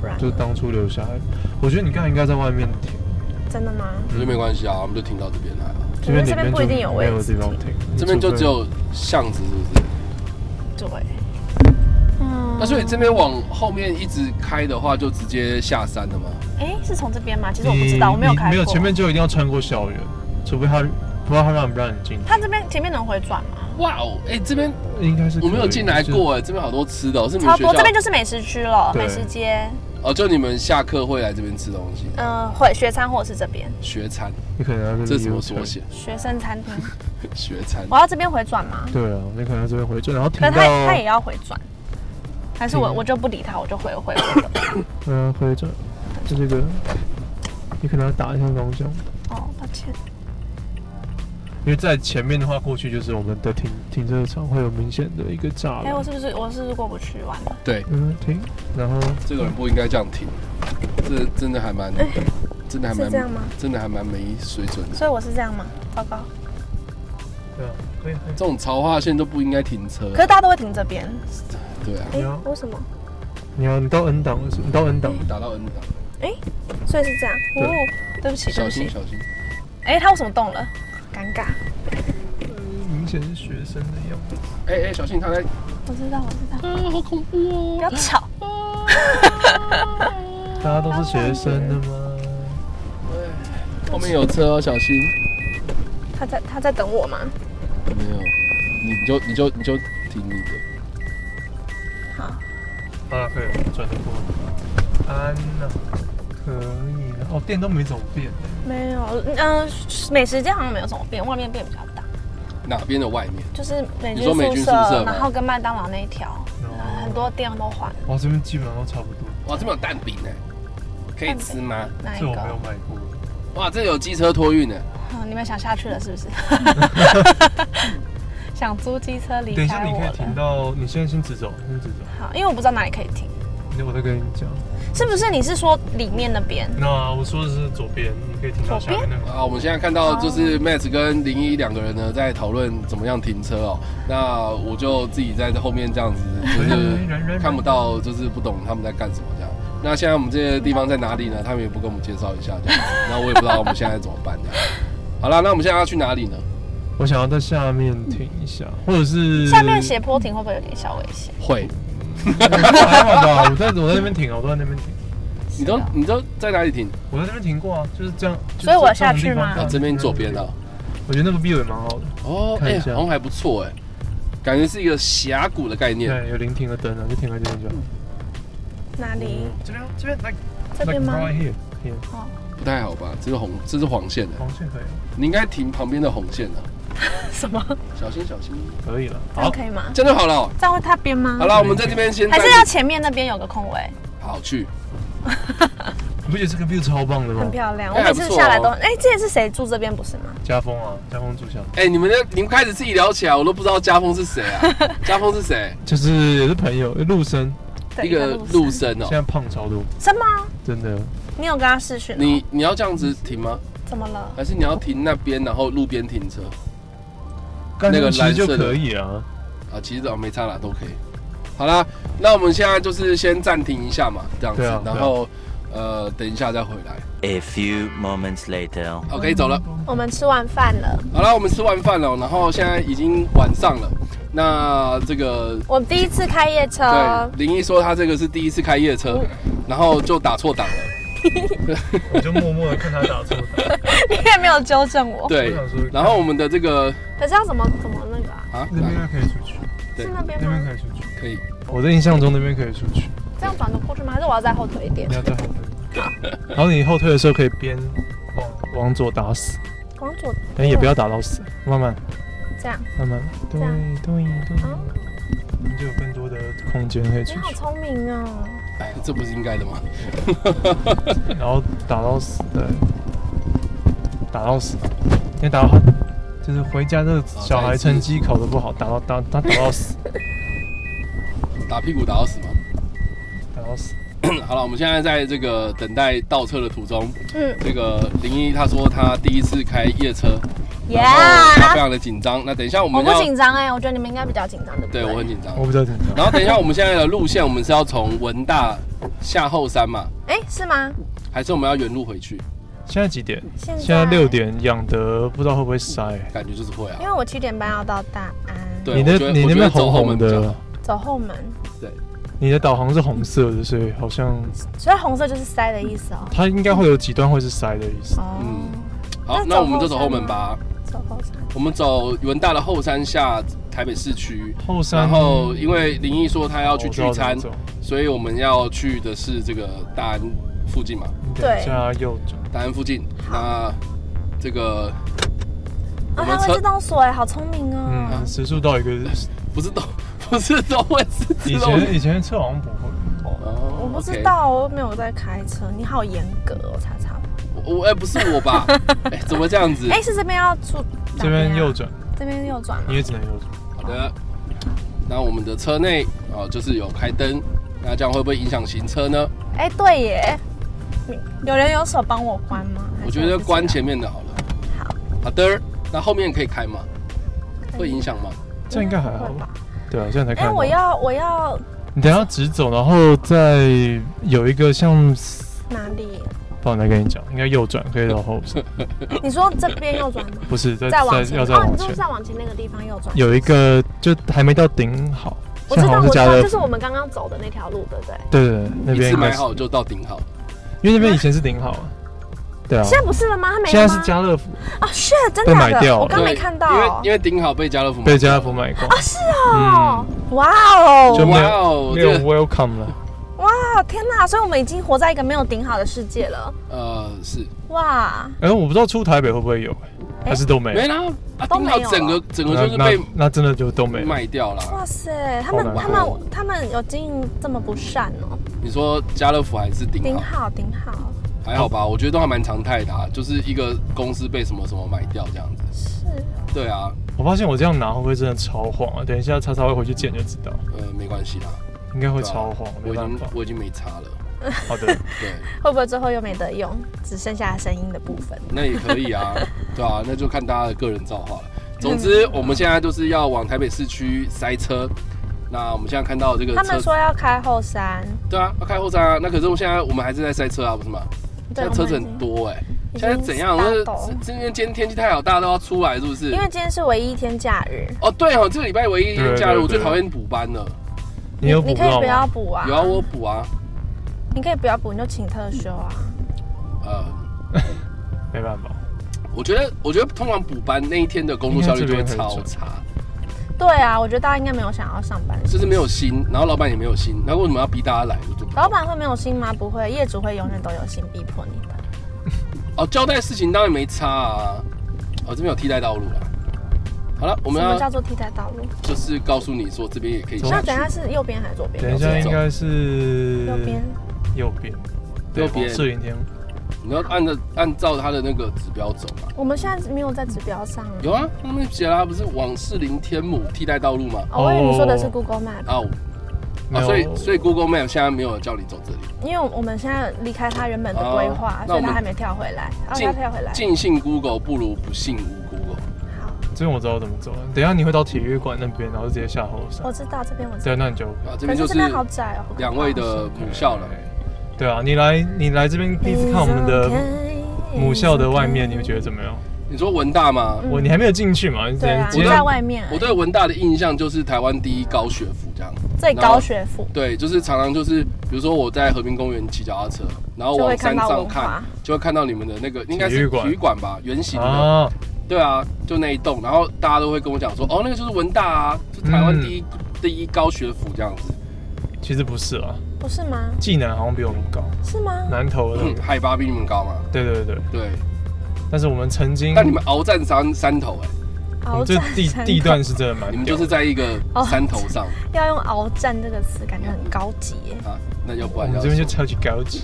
不然就当初留下来。我觉得你刚才应该在外面停，真的吗？我觉得没关系啊，我们就停到这边来了。这边这里边面不一就定有没位有置地方停停，这边就只有巷子，是不是？对。嗯那所以这边往后面一直开的话，就直接下山了吗？哎、是从这边吗？其你实我不知道，我没有你开过。没有前面就一定要穿过校园，除非他不知道他让不让你进去，它这边前面能回转吗？哇哦，哎，这边应该是我没有可以进来就是过哎，这边好多吃的哦，是你超们学多，这边校就是美食区了，对美食街。哦，就你们下课会来这边吃东西，嗯、会学餐或者是这边学餐，你可能要这是边什么右缩转写？学生餐厅。学餐我要这边回转吗？对啊，你可能要这边回转，然后停啊可到是他他也要回转，还是我停我就不理他，我就回回我 [coughs] 的。嗯，回转，就这个，你可能要打一下方向，哦，抱歉。因为在前面的话，过去就是我们的停停车场会有明显的一个栅哎、栏我，是不是我是不是过不去完了？对，嗯，停，然后这个人不应该这样停，这真的还蛮，真的还哎是这样吗蛮，真的还蛮没水准的。所以我是这样吗？糟糕。对啊，可以可以，这种潮化线都不应该停车啊可，是大家都会停这边。对啊，哎、有为什么？你要你到 N 档了是，你到 N 档，打到 N 档，所以是这样。对哦，对不起，对小不心起。小心。哎、他为什么动了？尴尬。明显是学生的样子，哎哎，小心他在，我知道，我知道。啊，好恐怖不哦！要吵。大家都是学生的吗？后面有车哦，小心。他在他在等我吗？没有，你你就你就你就停你的。好了，可以了，转得过了，安娜，可以了，哦，店都没怎么变，没有。嗯、美食街好像没有什么变，外面变比较大，哪边的外面？就是美你说美军宿舍吗然后跟麦当劳那一条，很哦，多店都换了。哇，这边基本上都差不多，哇，这边有蛋饼哎，可以吃吗？哪一这个？我没有买过，哇，这有机车托运呢。嗯，你们想下去了是不是？ [laughs] 想租机车离等一下开你我可以了停。到，你现在先直走，先直走。好，因为我不知道哪里可以停。你我在跟你讲。是不是？你是说里面那边？那我说的是左边，你可以听到下面那个。啊，我们现在看到就是 Matt 跟零一两个人呢在讨论怎么样停车哦。那我就自己在这后面这样子，就是看不到，就是不懂他们在干什么这样。那现在我们这些地方在哪里呢？他们也不跟我们介绍一下这样子，然后我也不知道我们现在怎么办这样。好了，那我们现在要去哪里呢？我想要在下面停一下，或者是下面斜坡停会不会有点小危险？会，还好吧？我在我在那边停啊，我都在那边停，你都啊你都在哪里停？我在那边停过啊，就是这样。就是所以我这样的下地去方吗啊，这边左边啊。。我觉得那个 view 也蛮好的，哦，看哎，一好下像还不错哎，感觉是一个峡谷的概念。对，有临停的灯啊，就停在这边就好。哪嗯里？这边啊这边 like 这边 like [laughs] 吗？ right here，here 不太好吧？这是红，这是黄线的，黄线可以，你应该停旁边的红线的、什么？小心小心，可以了。这好样，可以吗？这样就好了哦。这样会踏边吗好？了，我们在这边先嗯还是暂要停前面那边有个空位，好去，你不觉得这个 view 超棒的吗很？漂亮。我哎每还不错次哦下来都，哎，之前是谁住这边不是吗？家风啊，家风住校，哎、你们的你们开始自己聊起来，我都不知道家风是谁 [laughs] 啊？家风是谁？就是也是朋友，陆生对一个陆生哦、现在胖超多，什么？真的。你有跟他试训哦？你你要这样子停吗？怎么了？还是你要停那边，然后路边停车干那个其实就蓝色的可以啊。啊？其实哦，没差啦，都可以。好啦，那我们现在就是先暂停一下嘛，这样子，对啊对啊然后呃，等一下再回来。 A few moments later. OK，走了。我们吃完饭了，好啦，我们吃完饭了，然后现在已经晚上了。那这个我第一次开夜车对，林一说他这个是第一次开夜车，嗯然后就打错档了。我就默默的看他打错， [laughs] [laughs] 你也没有纠正我。对哦我想说，然后我们的这个可是要怎么怎么那个啊？啊，那边可以出去，对是那边那边吗可？以出去。可以。我的印象中那边可以出去，这样转得过去吗？还是我要再后退一点你？要再后退。然后你后退的时候可以边往往左打死，往左，但也不要打到死，慢慢这样。慢慢。对这样对对，哦，你就有更多的空间可以你出好去，聪明哦。哎，这不是应该的吗？然后打到死，对，打到死，因为打到他就是回家这个小哦孩成绩考得不好，打到打他打到死，打屁股打到死吗？嗯打到死。好了，我们现在在这个等待倒车的途中，嗯这个林一他说他第一次开夜车，然后他 [laughs] 非，Yeah。常的紧张。那等一下我我们不要紧张哎，我觉得你们应该比较紧张，对不对我很紧张。我比较紧张。然后等一下我们现在的路线，我们是要从文大下后山嘛，哎，是吗？还是我们要原路回去？现在几点？现在现在六。点，养德不知道会不会塞。感觉就是会啊因。为我七点半要到大安，对，你我那觉得你我那觉得边走红后红门比较的好。，走后门，你的导航是红色的，所以好像所以红色就是塞的意思哦。它应该会有几段会是塞的意思。哦，嗯好，那那走我们就走后后山门吗吧。走后山。我们走文大的后山下台北市区，后山，然后因为林毅说他要去哦我知聚道怎么餐，走所以我们要去的是这个大安附近嘛，对加右转，大安附近。那这个我哦，们他会车自动锁哎，好聪明哦嗯，。时速到一 [laughs] 个，不是都不是都会是自以动前以前的车好像不会。哦，我不知 OK 道，我又没有在开车。你好严格哦，查查。我我哎、不是我 [laughs] 吧？哎、怎么这样子？哎，是这边要出，嗯哪这边啊右，转，这边右转吗你？也只能右转。好的，那我们的车内哦就是有开灯，那这样会不会影响行车呢？哎，对耶，你有人有手帮我关吗？还是我觉得自己啊关来前面的好了。好，好的，那后面可以开吗？会影响吗？这样应该还好吧？对啊，这样才看哎，得到。我要我要你等一下直走，然后再有一个像，哪里？不好再跟你讲，应该右转可以到后 [laughs] 山，你说这边右转吗？不是再再往再前呃要再哦，往你就前是。再往前那个地方右转。有一个就还没到顶好，我现知在好像是道，我哦知加道，勒就是我们刚刚走的那条路，对不对？对对对，那一边次应该买是，好就到顶好。因为那边以前是顶好啊，对啊，现在不是了吗？他没现在了是吗？家乐哦福啊，是真被的假买的？掉我了刚没对看到。因为因为顶好被家乐福买被家乐福买光，是哦，哇哦，就没哇哦有没有这 welcome 了，哇天哪！所以我们已经活在一个没有顶好的世界了。呃是哇，哎，我不知道出台北会不会有，欸还是都没有没，啦，啊都顶没好有了整个整个那就是那被那真的就都没有，卖掉了。哇塞，他们好难他们他们有经营这么不善哦，你说家乐福还是顶顶好？好顶好还好吧，我觉得都还蛮常态的，啊，就是一个公司被什么什么买掉这样子。是对啊，我发现我这样拿会不会真的超晃啊？等一下叉叉会回去捡就知道，呃没关系啦，应该会对啊超黄，我没已办经法。我已经没差了。好的， [laughs] 对，会不会最后又没得用，只剩下声音的部分？那也可以 [laughs] 啊，对啊，那就看大家的个人造化了。嗯总之，我们现在就是要往台北市区塞车。那我们现在看到这个他车们，说要开后山，对啊，要开后山啊。那可是我们现在我们还是在塞车啊，不是吗？对，现在车子我们已很经。多哎、已经现在怎样？啊大那抖今天今天天气太好，大家都要出来，是不是因？为今天是唯一一天假日，哦，对哦，这个礼拜唯一一天假日，对对对我最讨厌补班了。你有你补可以到不要吗？补啊，有啊，我补啊，你可以不要补，你就请特休啊。呃，没办法，我觉得我觉得通常补班那一天的工作效率就会超差，对啊，我觉得大家应该没有想要上班，就是没有心，然后老板也没有心，那为什么要逼大家来？我就不懂老板会没有心吗？不会，业主会永远都有心逼迫你的。哦，交代事情当然没差啊。哦，这边有替代道路啦。好了，我我们什么要叫做替代道路？就是告诉你说这边也可以走下那去等一，下是右边还是左边？等一下应该是右边。右边，哦右边四零天，你要按照按照他的那个指标走啊。我们现在没有在指标上啊。有啊，他们写啦，不是往士林天母替代道路吗？哦，我以为你说的是哦 Google Map，啊，没啊有所以所以 Google Map 现在没有叫你走这里，因为我们现在离开它原本的哦规划，那所我们以它还没跳回来。哦，它跳回来。尽信 Google 不如不信无 Google。好，这边我知道怎么走了。等一下你会到体育馆那边，然后直接下后山我。知道这边我知对，道。那你就啊，这可边就是是这边好窄哦。好可怕两位的母校了。对啊，你来你来这边第一次看我们的 It's okay, 母校的外面， it's okay 你会觉得怎么样？你说文大吗？嗯我你还没有进去嘛？你只对啊，能直你接在外面我对文大的印象就是台湾第一高学府这样。最高学府，对，就是常常就是，比如说我在和平公园骑脚踏车，然后就往会山看到上文化看，就会看到你们的那个应该体育是馆体育馆吧，圆形的。啊，对啊，就那一栋，然后大家都会跟我讲说，哦，那个就是文大啊，是台湾嗯第一、第一高学府这样子，其实不是啊，不是吗？暨南好像比我们高，是吗？南投的那嗯 [laughs] 个。海拔比你们高嘛。对对对对，对，但是我们曾经，但你们鏖战山山头哎、我们鏖这战地山地头段是真的蛮屌的，你们就是在一个哦山头上 [laughs] 要用“鏖战”这个词，感觉很高级耶。啊，那要不我然们要这边就说，超级高级。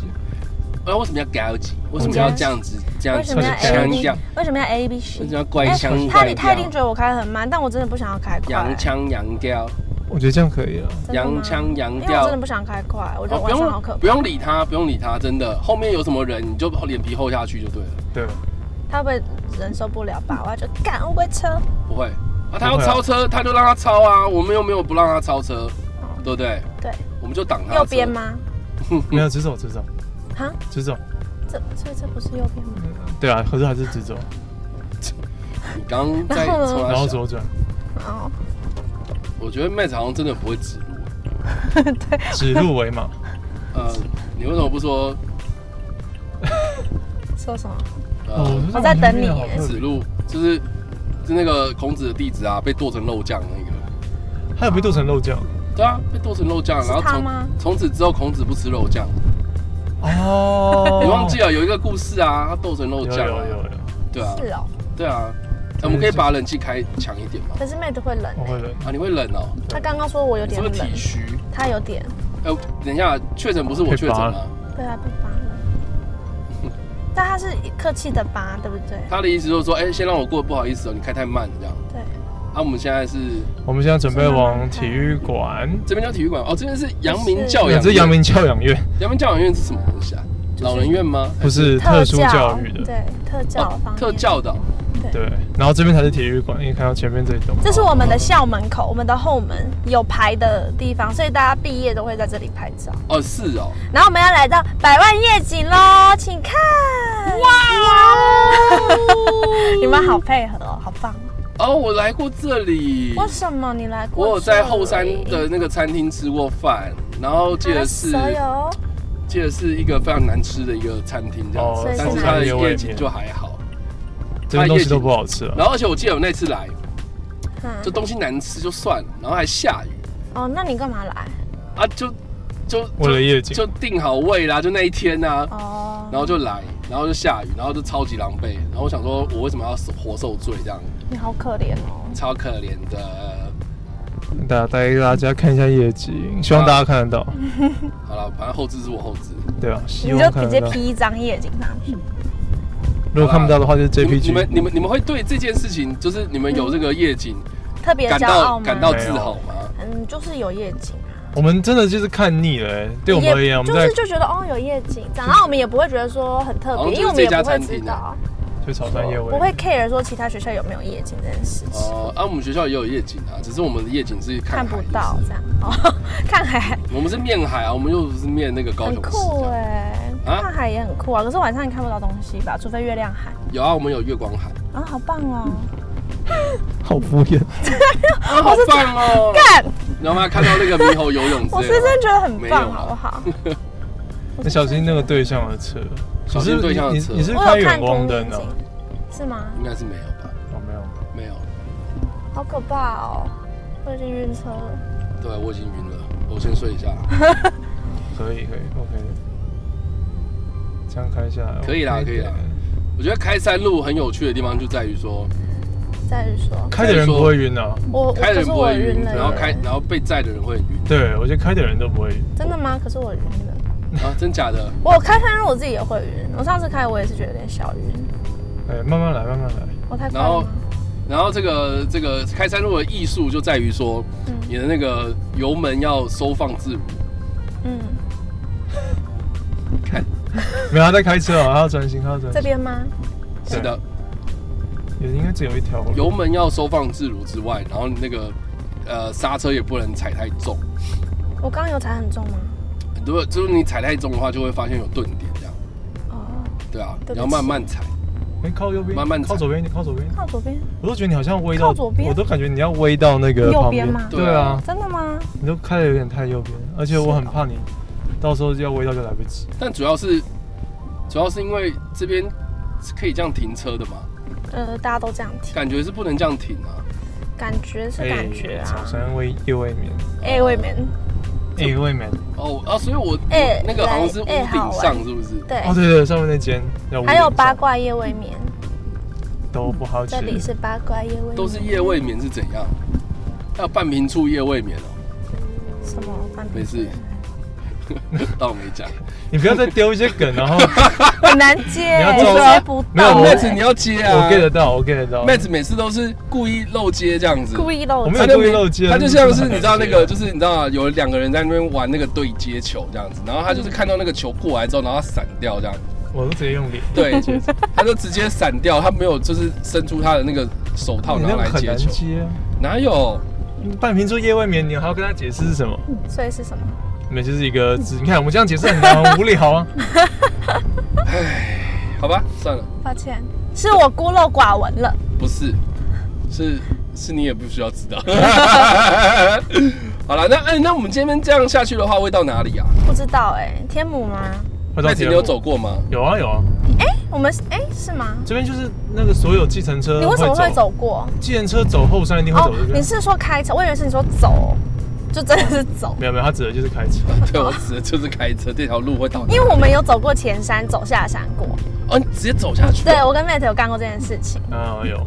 啊，为什么要高级？为什么要这样子这样为子什么要这是 A 腔 B？调？为什么要 A B C？为什么要怪腔他怪你他一定调？觉得我开得很慢，但我真的不想要开快。洋腔嗯洋调，我觉得这样可以啊了。真的吗洋腔洋因为我调真的。不想开快，我觉哦得不晚上好用可不怕。用理他，不用理他，真的。后面有什么人，你就脸皮厚下去就对了。对，他会不会忍受不了吧？我要就干乌龟车。不会啊，他要不会啊超车，他就让他超啊，我们又没有不让他超车，对不对？对，我们就挡他的右边车？吗？没有直走直走哈，直走。这所以这不是右边吗？对啊，可是还是直走，你刚刚在然后呢从哪然后想左转，哦，我觉得麦子好像真的不会指路。指鹿为马。呃，你为什么不说说什么？呃觉得我在等你这好特别指路？就是就那个孔子的弟子啊，被剁成肉酱那个。它有被剁成肉酱对啊，被剁成肉酱，是然后他吗从从此之后，孔子不吃肉酱。哦你忘记了有一个故事啊，他剁成肉有酱啊。有有有，对啊，是哦，对啊。我们可以把冷气开强一点吗？可是妹子会冷我欸。会冷。啊，你会冷哦，他刚刚说我有你点是不是冷体，虚？他有点，哎、等一下，确诊不是我确诊被吗？对啊，被拔了。但他是客气的拔，对不对？他的意思就是说，哎、先让我过，不好意思哦，你开太慢这样。对，啊，我们现在是我们现在准备往体育馆，这边叫体育馆哦，这边是阳明教养这院。是阳明教养院，阳明教养院是什么东西啊？就是老人院吗？不是特殊教育的。对特教方面。特教的哦、对，然后这边才是体育馆，因为看到前面这一栋。这是我们的校门口，我们的后门有牌的地方，所以大家毕业都会在这里拍照。哦，是哦，然后我们要来到百万夜景喽，请看！哇！哦 [laughs] 你们好配合哦，好棒哦！哦，我来过这里，为什么你来过？我有在后山的那个餐厅吃过饭，然后记得是啊所有记得是一个非常难吃的一个餐厅这样子，哦但是它的所以是业绩就还好。这边东西都不好吃了。啊然后而且我记得我那次来，嗯就东西难吃就算了，然后还下雨哦，那你干嘛来？啊，就就为了夜景就，就定好位啦，就那一天啊，哦，然后就来，然后就下雨，然后就超级狼狈，然后我想说，我为什么要活受罪这样，你好可怜哦。超可怜的。嗯大家带大家看一下夜景，希望大家看得到，好了，反正后置是我后置。对啊，希你望就看直得接到。 P 一张夜景上去，如果看不到的话，就你是们你们 JPG。你们你们会对这件事情，就是你们有这个夜景特别感骄到傲吗？感到自豪吗？嗯，就是有夜景啊，我们真的就是看腻了、欸，对我们而言，我们就在嗯是就觉得哦有夜景这样，然后我们也不会觉得说很特哦别，就是因为我们也这家不会餐知厅啊道，就草山夜不味会，care 说其他学校有没有夜景这件事情，哦、啊，我们学校也有夜景啊，只是我们的夜景是看看海不的到这样哦，看海我们是面海啊，我们又不是面那个高很雄市这酷样。哎，啊看海也很酷啊，可是晚上你看不到东西吧，除非月亮海有啊，我们有月光海，啊，好棒哦，好敷衍。啊，好棒哦！干，然后还看到那个猕猴游泳之我类是的。真的觉得很啊没有棒，啊好 [laughs] 不好？你小心那个对象的车，小心你是对象的车你你是我开有远看公光路灯啊的、景，是吗？应该是没有吧？哦，没有，没有。好可怕哦，我已经晕车了。对，啊我已经晕了，我先睡一下。可以可以，OK 的。这样开下来可以啦 OK 的可以啦我觉得开山路很有趣的地方就在于说，再说，开的人不会晕啊。我我开的可人是不我会晕，晕了耶，然后开然后被载的人会很晕对，我觉得开的人都不会晕。真的吗？可是我晕了。啊，真假的？我开山路我自己也会晕，我上次开我也是觉得有点小晕，哎，慢慢来，慢慢来。我太快然后了。然后这个这个开山路的艺术就在于说，你的那个油门要收放自如。嗯，看，没有，他在开车啊，他要专心，他要专这心。边吗？对是的，，也应该只有一条。油门要收放自如之外，然后那个呃刹车也不能踩太重。我刚刚有踩很重吗？如果就是你踩太重的话，就会发现有顿点这样。哦，对啊，对不你起要慢慢踩。哎，靠右边，慢慢踩靠左边，你靠左边。靠左边，我都觉得你好像微到靠左边我都感觉你要微到那个右旁边边吗对啊，真的吗？你都开的有点太右边，而且我啊很怕你到时候要微到就来不及。但主要是主要是因为这边是可以这样停车的嘛，呃，大家都这样停，感觉是不能这样停啊。感觉是哎感觉啊草。山微夜未眠，哎，未免哎夜未眠。哦啊，所以我、哎我那个好像是屋来哎好顶玩上是不是？对，哦，对对，上面那间要还有八八卦夜未眠，都不好吃这。里是八卦夜未眠，都是夜未眠是怎样？要半瓶醋夜未眠哦，什么？没事， [laughs] 倒没 [laughs] 讲。你不要再丢一些梗，然后 [laughs] 很难接，你要我知道接不没有到我哎。妹子你要接我啊 get 得到，我 get 得到。妹子每次都是故意漏接这样子，故意漏我没他有就故意没漏接他就像是你知道那个，这就是你知道啊有两个人在那边玩那个对接球这样子，然后他就是看到那个球过来之后，然后他闪掉这样，我都直接用脸。对，他就直接闪掉，他没有就是伸出他的那个手套你然后那个来很接难球，接啊。哪有？半瓶醋夜未眠，你还要跟他解释是什么？所以是什么？没，就是一个字。你看我们这样解释很 [laughs] 难，很无聊啊。好吧，算了，抱歉，是我孤陋寡闻了。不是，是是你也不需要知 [laughs] 道。好了，那哎、那我们今天这样下去的话，会到哪里啊？不知道哎、天母吗？快到妹子节你目有走过 [laughs] 吗？有啊有啊，我们是哎、是吗？这边就是那个所有计程车。你为什么会？走过？计程车走后山一定会哦走这，你边。是说开车？我以为是你说走，就真的是走，没有没有，他指的就是开车。对，我指的就是开车这条路会到哪里。因为我们有走过前山，走下山过。哦，你直接走下去哦。对我跟 Mate 有干过这件事情，啊有有有，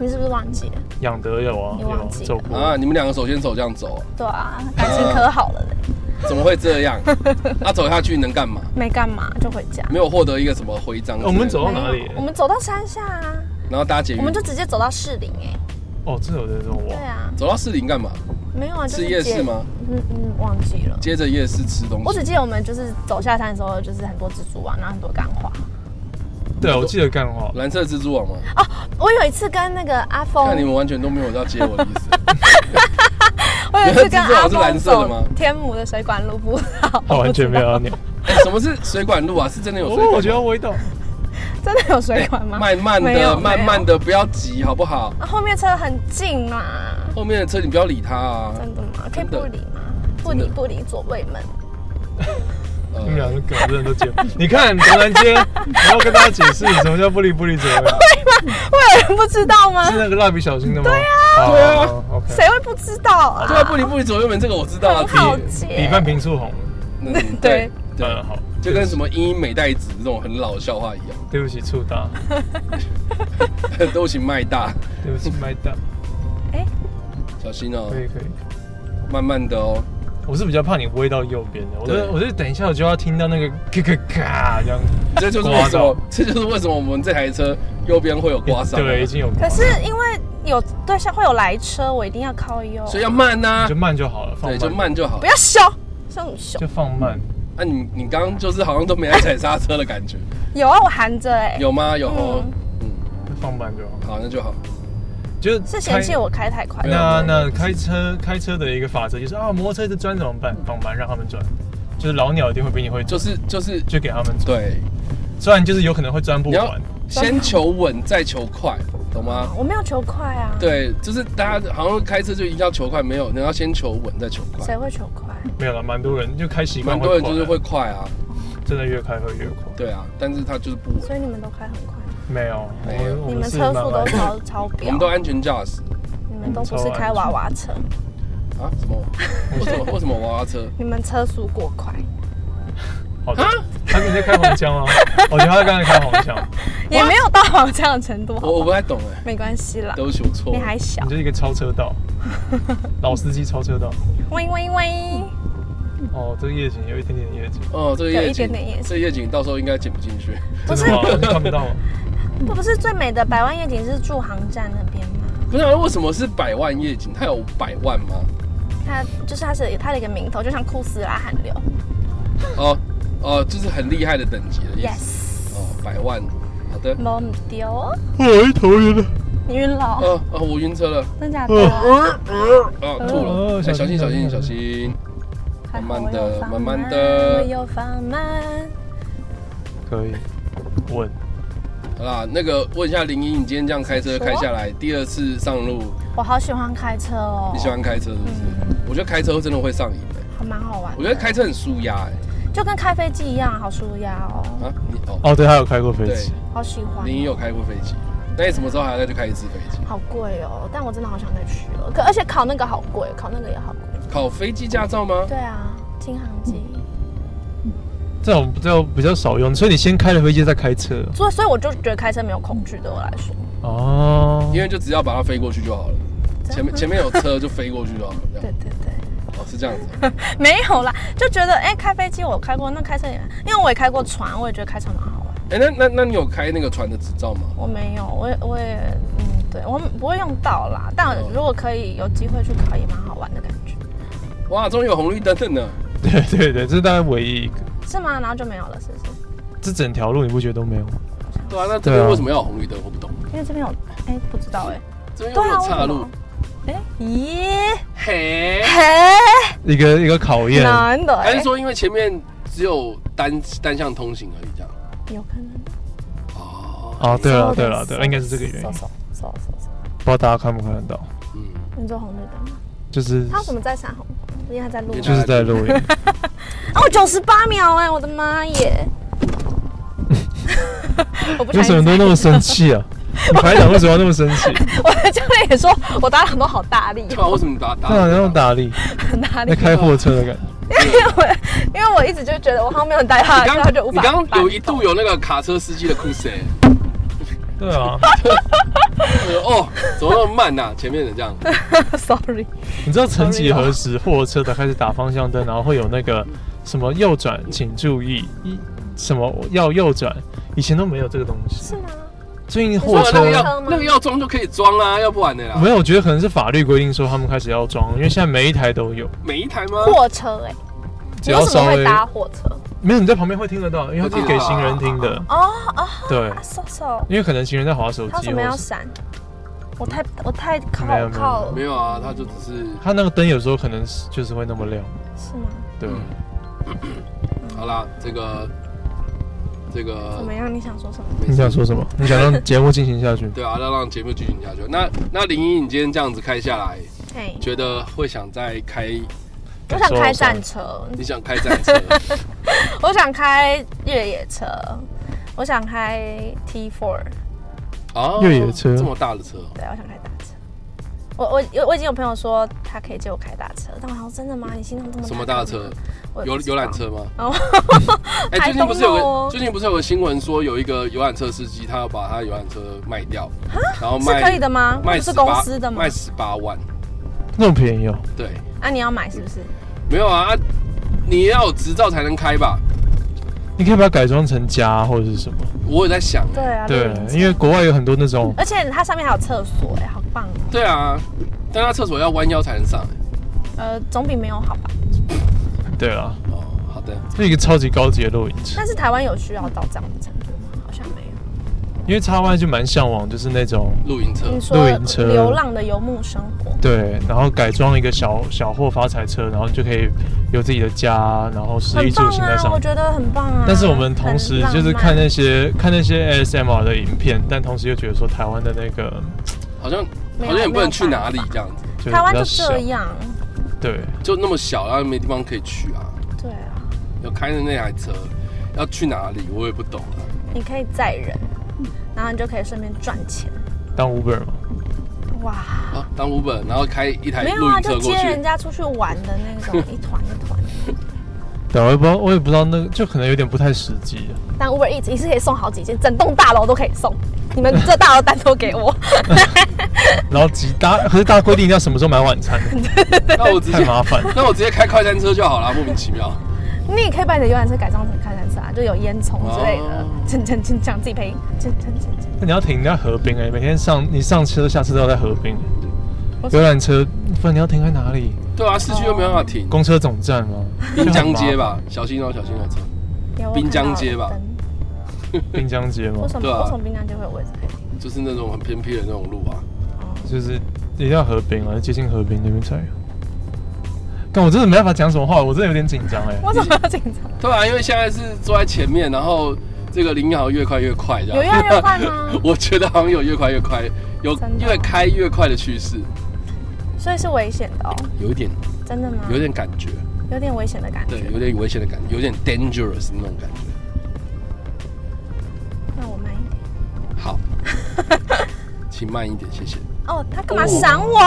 你是不是忘记了？养德有啊你有忘记了走过。啊，你们两个手牵手这样走啊、对啊，感情可好了嘞，怎么会这 [laughs] 样？他、走下去能干嘛？没干嘛就回家。没有获得一个什么徽章之类的。我们走到哪没里有？我们走到山下啊，然后搭捷运，我们就直接走到士林哎、哦，这有的这种对哇，啊，走到士林干嘛？没有啊，就是吃夜市街吗？嗯嗯，忘记了。接着夜市吃东西。我只记得我们就是走下山的时候，就是很多蜘蛛网，然后很多干花。对啊，我记得干话。蓝色蜘蛛网吗？哦我有一次跟那个阿峰，看你们完全都没有要接我的意 [laughs] 思。我有一次跟 [laughs] 阿蜘蛛网是蓝峰色的走吗天母的水管路不到，他完全没有要鸟。哎什么是水管路啊？是真 [laughs] 的有水管哦，路？我觉得味道。真的有水管吗？哎慢慢没有的，慢慢。的，不要急，好不好？没有后面车很近嘛，后面的车你不要理他啊。真的吗？可以真的不理吗？不真的理不理左卫门，呃你们两个梗真的都接不，你看唐兰 [laughs] 街，然后跟大家解释什么叫不离不离怎么样，啊会有人不知道吗是？那个蜡笔小新的吗？对啊，对啊，OK。谁会不知道啊？对啊，不离不离左右门这个我知道啊。很好自己记比半瓶醋红。嗯 [laughs] 对嗯，对，好，就跟什么英英美代子这种很老的笑话一样，对不起醋大， [laughs] 都行卖大，对不起麦 [laughs] 大，小心哦可，以可以。慢慢的哦。我是比较怕你微到右边的，我就对我就等一下我就要听到那个咔咔咔这样，这就是为什么，这就是为什么我们这台车右边会有刮伤。啊对，已经有刮可伤。是因为有对象会有来车，我一定要靠右，所以要慢呐、就慢就好了，放对，慢，就，慢就好不。要凶，凶什么凶？就放慢。那、你你刚刚就是好像都没在踩刹车的感觉，有啊，我含着哎、有吗？有哦嗯，就放慢就好，好，那就好。就是是开嫌弃我开太快没，有那那开车开车的一个法则就是啊，摩托车一直钻怎么办？放慢让他们转，就是老鸟一定会比你会就钻，是就是，就给他们钻。对，虽然就是有可能会钻不你要完，先求稳再求快，懂吗？我没有求快啊，对，就是大家好像开车就一定要求快，没有，你要先求稳再求快。谁会求快？没有了，蛮多人就开习惯蛮多会快，人就是会快啊，真的越开会越快。对啊，但是他就是不稳。所以你们都开很快，没有，没有我我你们是车速慢都慢超超我标们都，安全驾驶你们都不是开娃娃车，啊？什 [laughs] 么？为什么？为什么娃娃车？啊你们车速过快，好的，他们在开黄 [laughs] 腔啊，我觉得他刚才开黄腔，也没有到我这样的程度，好我我不太懂哎、 [laughs] 没关系啦对，不起，我错你了。还小你，就是一个超车道，老司机超车道。喂喂喂，哦，这个夜景有一点点夜景，哦，这个夜有一景点点夜，景这个夜景到时候应该剪不进去。不真是的吗？你看不到吗？嗯这不是最美的百万夜景是驻航站那边吗？不是、啊，为什么是百万夜景？它有百万吗？它就是它是它的一个名头，就像库斯拉汗流哦哦，就是很厉害的等级的意思。 ，yes，哦，百万，好的。没唔丢，我一头晕了。你晕了哦，哦哦，我晕车了，真假的？哦，吐了。哦哎，小心小小心心小心。还好慢慢我有的放慢慢我的有放慢。可以，稳。好啦，那个问一下林一，你今天这样开车开下来，第二次上路，我好喜欢开车哦，你喜欢开车是不是？嗯我觉得开车真的会上瘾哎，还蛮好玩的。我觉得开车很舒压哎。就跟开飞机一样，好舒压哦，啊，你哦，哦，对，他有开过飞对，机，好喜欢。哦林一啊有开过飞机，那你什么时候还要再去开一次飞机？好贵哦，但我真的好想再去了。可而且考那个好贵，考那个也好贵。考飞机驾照吗？对啊，轻航机。这种比较比较少用，所以你先开了飞机再开车。所以所以我就觉得开车没有恐惧，对我来说。哦，因为就只要把它飞过去就好了。前面前面有车就飞过去就好了，这对样对对，哦是这样子。没有啦，就觉得哎、开飞机我开过，那开车也，因为我也开过船，我也觉得开车蛮好玩。哎，那那那你有开那个船的执照吗？我没有，我也我也嗯，对我不会用到啦，但如果可以有机会去考，也蛮好玩的感觉，哇，终于有红绿灯了呢！对对对，这是大概唯一一个，是吗？然后就没有了，是不是？这整条路你不觉得都没有吗？对啊，那这边为什么要有红绿灯？我不懂，因为这边有哎、不知道哎、这边又对没有啊，为岔什路么？。哎、咦，嘿，嘿，一个一个考验，难的、还哎，是说因为前面只有单单向通行而已这样？有可能。哦， [laughs] 对了啊对了对了，应该是这个原因，不知搜搜搜搜，道大家看不看得到，嗯，你做红绿灯吗？就是他怎么在闪红灯？因为他在路也就是在录影，哦，九十八秒哎、我的妈 [laughs] 耶！ [laughs] 我不为小什心么都那么生气 [laughs] 啊？你排档为什么要那么生气？我的教练也说我打挡都好大力对哦，吧？为什么你打打？那那种啊打力，很大力在，开货车的感觉。 [laughs] 因为我一直就觉得我好像没有带你他的刚票，啊就无你法刚刚有一搬动度有那个卡车司机的酷欸谁？对啊，我说哦，怎么那么慢呐？前面的这样， [laughs] ，sorry， [laughs] 你知道曾几何时，货车的开始打方向灯，然后会有那个什么右转请注意，一什么要右转，以前都没有这个东西是。吗？最近哇那货车个要车吗那个要装就可以装啦，要不然的啦没。有，我觉得可能是法律规定说他们开始要装，因为现在每一台都有，每一台吗？货车哎、只你要为什稍么微会搭火车？没有你在旁边会听得到，因为它是给行人听的，哦哦对， ，so so，因为可能行人在划手他为机什么或要者是闪？我太我太靠没有没有靠没有啊，他就只是它那个灯有时候可能是就是会那么亮，是吗？对，好啦，这个这个怎么样？你想说什么？没事你想说什 [laughs] 么？你想让节目进行下去？对啊，要让节目进行下去。那那林一，你今天这样子开下来，嘿，觉得会想再开？我想开感受战车，你想开战车？ [laughs] 我想开越野车，我想开 T Four，哦越野车这么大的车，哦对，我想开大车。我我有我已经有朋友说他可以借我开大车，但我想说真的吗？你心脏这么大什么大的车？我也游不知道游览？车吗？哦， [laughs] 哎、最台近东不是有哦个最近不是有个新闻说有一个游览车司机，他要把他游览车卖掉，然后是卖可以的吗？卖不是18公司的吗卖？十八万，那么便宜哦，对，啊，你要买是不是？没有啊，啊你要有执照才能开吧？你可以把它改装成家或者是什么？我有在想，对啊，对露营，[laughs] 车因为国外有很多那种而且它上面还有厕所，哎，好棒哦。对啊，但他厕所要弯腰才能上、呃，总比没有好吧？对啊，哦，好的，这是一个超级高级的露营池，但是台湾有需要到这样的程度吗？好像没有。因为叉 Y 就蛮向往，就是那种露营车你露说营车流浪的游牧生活，对，然后改装一个小小货发财车，然后就可以有自己的家，然后食很衣住棒行在啊，上我面。觉得很棒啊。但是我们同时就是看那些看那些 ASMR 的影片，但同时又觉得说台湾的那个好像没好有啊像也不能去哪里这样子，就是很浪漫台湾比较就小这，样，对，就那么小，然后没地方可以去啊。对啊，要开着那台车要去哪里，我也不懂啊。你可以载人，然后你就可以顺便赚钱，当 Uber 嘛，哇。啊，当 Uber，然后开一台没有露啊，营车就过接人去，家出去玩的那 [laughs] 种，一团一团。对，我也不知道，我也不知道那个就可能有点不太实际。但 Uber Eats 一次可以送好几件，整栋大楼都可以送。你们这大楼单都给我，然后几大可是大家规定要什么时候买晚 [laughs] 餐， [laughs] 那我直太接麻烦。那我直接开快餐车就好了，莫名其妙。 [laughs] 你也可以把你的游览车改装成开山车啊，就有烟囱之类的哦， [laughs] 蹭蹭蹭蹭自己配音，蹭蹭蹭蹭。那你要停在河边哎、每天上你上车下车都要在河边。我游览车，不然你要停在哪里？对啊，市区又没办法 [laughs] 停，公车总站吗？滨江街吧，小心哦、小心哦、车。有我滨江看到街吧灯滨江街吗为？什对啊么为什么滨江街会有位置可以停？就是那种很偏僻的那种路啊。就是一定要河滨啊，接近河滨那边才有。但我真的没办法讲什么话，我真的有点紧张哎。为什么要紧张？对啊，因为现在是坐在前面，然后这个林好越快越快，这样。有越来越快吗 [laughs] 我觉得好像有越快越快，有真的哦越开越快的趋势， [laughs] 所以是危险的哦，有一点真的吗？有点感觉，有点危险的感对，觉。有点危险的感觉，有点 dangerous 那种感觉。那我慢一点。 [laughs] 好，请慢一点，谢谢。哦，他干嘛哦闪我？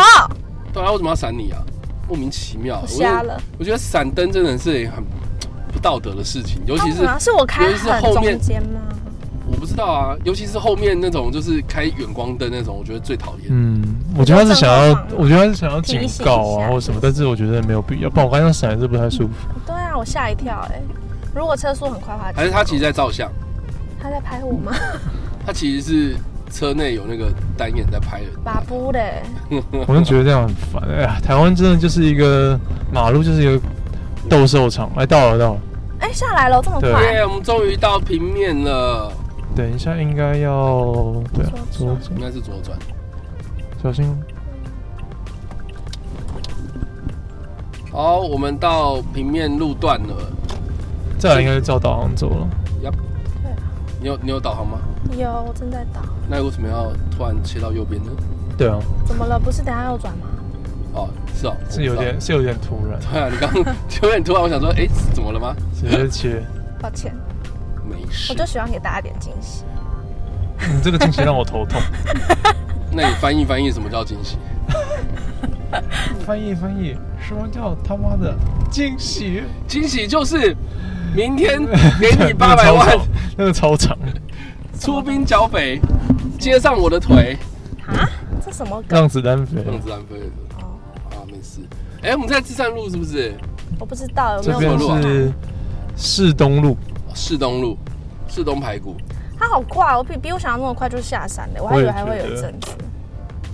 对啊，为什么要闪你啊？莫名其妙，啊我瞎我觉了得。我觉得闪灯真的是很不道德的事情，尤其是啊是我开尤其是很后面中间吗？我不知道啊，尤其是后面那种就是开远光灯那种，我觉得最讨厌。嗯，我觉得他是想我要我觉得，正好觉得他是想要提警醒告一啊下或什么，但是我觉得没有必要，不然我刚刚闪还是不太舒 [laughs] 服。对啊，我吓一跳哎、如果车速很快的话，还是他其实在照相，他在拍我吗？ [laughs] 他其实是车内有那个单眼在拍人。巴布嘞，我就觉得这样很烦。哎呀，台湾真的就是一个马路，就是一个斗兽场。哎，到了到了，哎、下来了，这么对快，耶，我们终于到平面了，等一下应该要对啊，左左转应该是左转。小心。好，我们到平面路段了。再来应该就照导航走了。你有你有导航吗？有，我正在倒，那为什么要突然切到右边呢？对啊，怎么了？不是等下右转吗？哦，是哦，是有我点不知是有点突然，道。对 [laughs] 啊，你刚 [laughs] 刚有点突然，我想说，哎、是怎么了吗？直接切。抱歉，没我事。就喜欢给大家点惊喜。你嗯这个惊喜让我头痛。那你翻译翻译什么叫惊喜？翻译翻译，什么叫他妈的惊喜？ [laughs] 惊喜就是明 [laughs] 天给你八百 [laughs] 那个万超，长， [laughs] 那个超长，出兵剿匪，接上我的腿，啊，这什么梗？让子弹飞。 [laughs] 让自然飞了哦，啊，没事。哎、我们在自善路是不是？我不知道有没这有边什么路啊是市东路，哦市东路，市东排骨。它好快，哦我比比我想象中的快就下山的，我还以为还会有一阵子。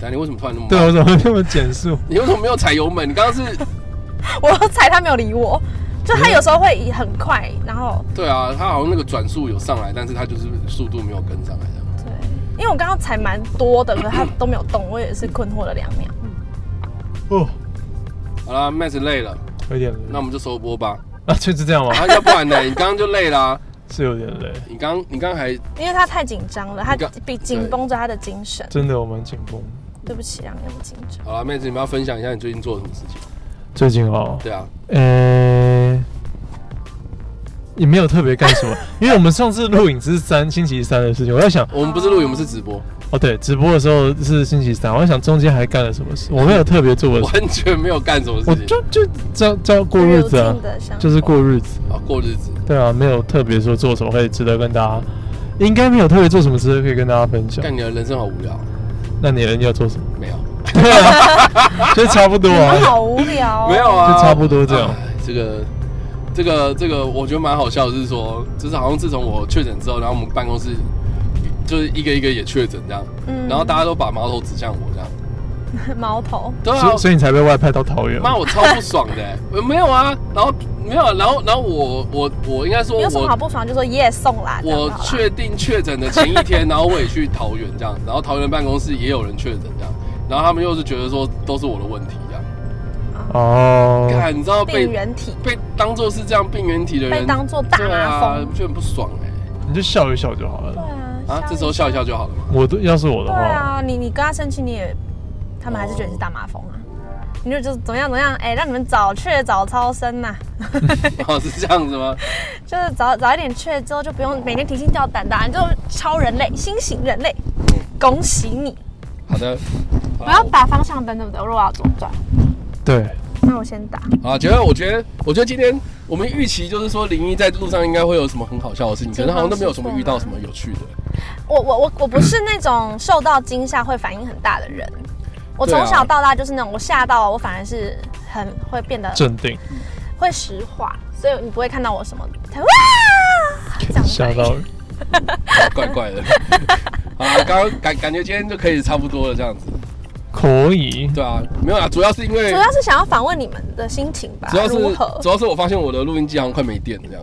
等下你为什么突然那么对啊慢？我怎么那么减速？你为什么没有踩油门？你刚刚是 [laughs] 我猜他没有理我，就他有时候会以很快，然后对啊，他好像那个转速有上来，但是他就是速度没有跟上来这样。对，因为我刚刚踩蛮多的，可是他都没有动，我也是困惑了两秒。哦，好啦 m a x 累了，有点那我累。们就收播吧。啊，就是这样吗？啊，要不然呢？你刚刚就累啦、是有点累，你刚你刚还因为他太紧张了，他你刚比紧绷着他的精神。真的我蛮紧绷。对不起，啊让你们紧张。好啦 m a x 你们要分享一下你最近做了什么事情？最近哦，对啊，呃，也没有特别干什么， [laughs] 因为我们上次录影是三星期三的事情，我在想，我们不是录影，我们是直播，哦对，直播的时候是星期三，我在想中间还干了什么事，我没有特别做的事， [laughs] 完全没有干什么我事情就就照照过日子啊 Routine 的生，活就是过日子。啊，过日子。对啊，没有特别说做什么会值得跟大家，应该没有特别做什么值得可以跟大家分享但。你的人生好无聊，那你呢？你有做什么？ [laughs] 没有，对啊，就差不多你们啊。好无聊、哦。没有啊，就差不多这样哎。这个，这个，这个，我觉得蛮好笑，的是说，就是好像自从我确诊之后，然后我们办公室就是一个一个也确诊这样，嗯然后大家都把矛头指向我这样， [laughs] 猫头，对啊所以，所以你才被外派到桃园。妈，我超不爽的、欸，呃没有啊，然后没有啊，然后然后我我我应该说你有什么好我不啊爽就说 yes 送啦，这样就我好啦确定确诊的前一天，然后我也去桃园这样，然后桃园办公室也有人确诊这样，然后他们又是觉得说都是我的问题这样，哦，看你知道被病原体被当做是这样病原体的人，被当作大对啊风，，就很不爽哎、你就笑一笑就好对了。啊啊，这时候哦笑一笑就好了嘛。 [laughs] 我都要是我的对话，啊，你你跟他生气，你也他们还是觉得你是大麻风啊，你就就是怎么样怎么样，哎、让你们早确早超生呐、哦，是这样子吗？就是早早一点确之后就不用每天提心吊胆的啊、你就超人嗯类新型人类，恭喜你！好的，我要打方向灯对不对？我如果我要左转，对，那我先打。啊，觉得我觉得，我觉得今天我们预期就是说，林一在路上应该会有什么很好笑的事情，可能好像都没有什么遇到什么有趣的。我我我我不是那种受到惊吓会反应很大的人，我对啊从小到大就是那种我吓到我反而是很会变得镇定，会石化，所以你不会看到我什么 [laughs] 哇这样吓子。到怪怪的。 [laughs] 好啦，刚刚感感觉今天就可以差不多了，这样子。可以。对啊，没有啊，主要是因为主要是想要访问你们的心情吧，主要如是何主？要是我发现我的录音机好像快没电了，这样。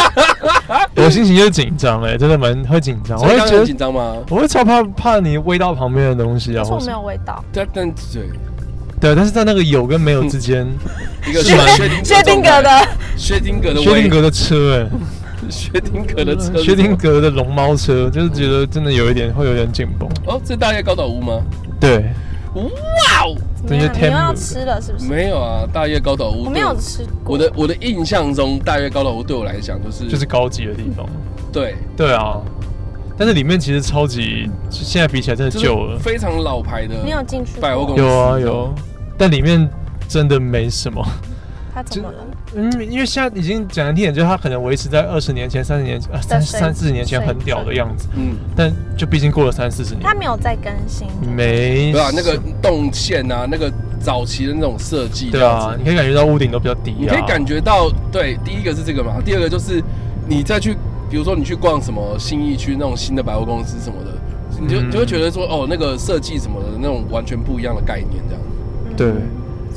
[laughs] 我心情就是紧张哎，真的蛮会紧张，我所以会刚刚觉很得紧张吗？我会超怕怕你喂到旁边的东西啊，可是或我什没么有味道。但但对，对，啊但是在那个有跟没有之间，一个是吗薛定谔的，薛定谔的薛定胃谔的车欸 [laughs] 薛定谔的车哎，是薛定什么谔的龙猫车，就是觉得真的有一点会有点紧绷。哦，这大叶高岛屋吗？对，哇哦，怎么样这就你又要 Temu 吃了是不是？没有啊，大叶高岛屋我没有对吃过。我的我的印象中，大约高岛屋对我来讲就是就是高级的地方。对，对啊，但是里面其实超级，现在比起来真的就是旧了。非常老牌的你有进去过百货公司有啊有，但里面真的没什么。他怎么了？嗯，因为现在已经讲难听点，就是它可能维持在二十年前、三十年前、呃三水三四十年前水很屌的准样子，嗯，但就毕竟过了三四十年他，没有在更新。没对啊，那个动线啊，那个早期的那种设计，对啊，，你可以感觉到屋顶都比较低、啊，你可以感觉到，对，第一个是这个嘛，第二个就是你再去，比如说你去逛什么新义区那种新的百货公司什么的，你就嗯你就会觉得说，哦，那个设计什么的那种完全不一样的概念，这样。对。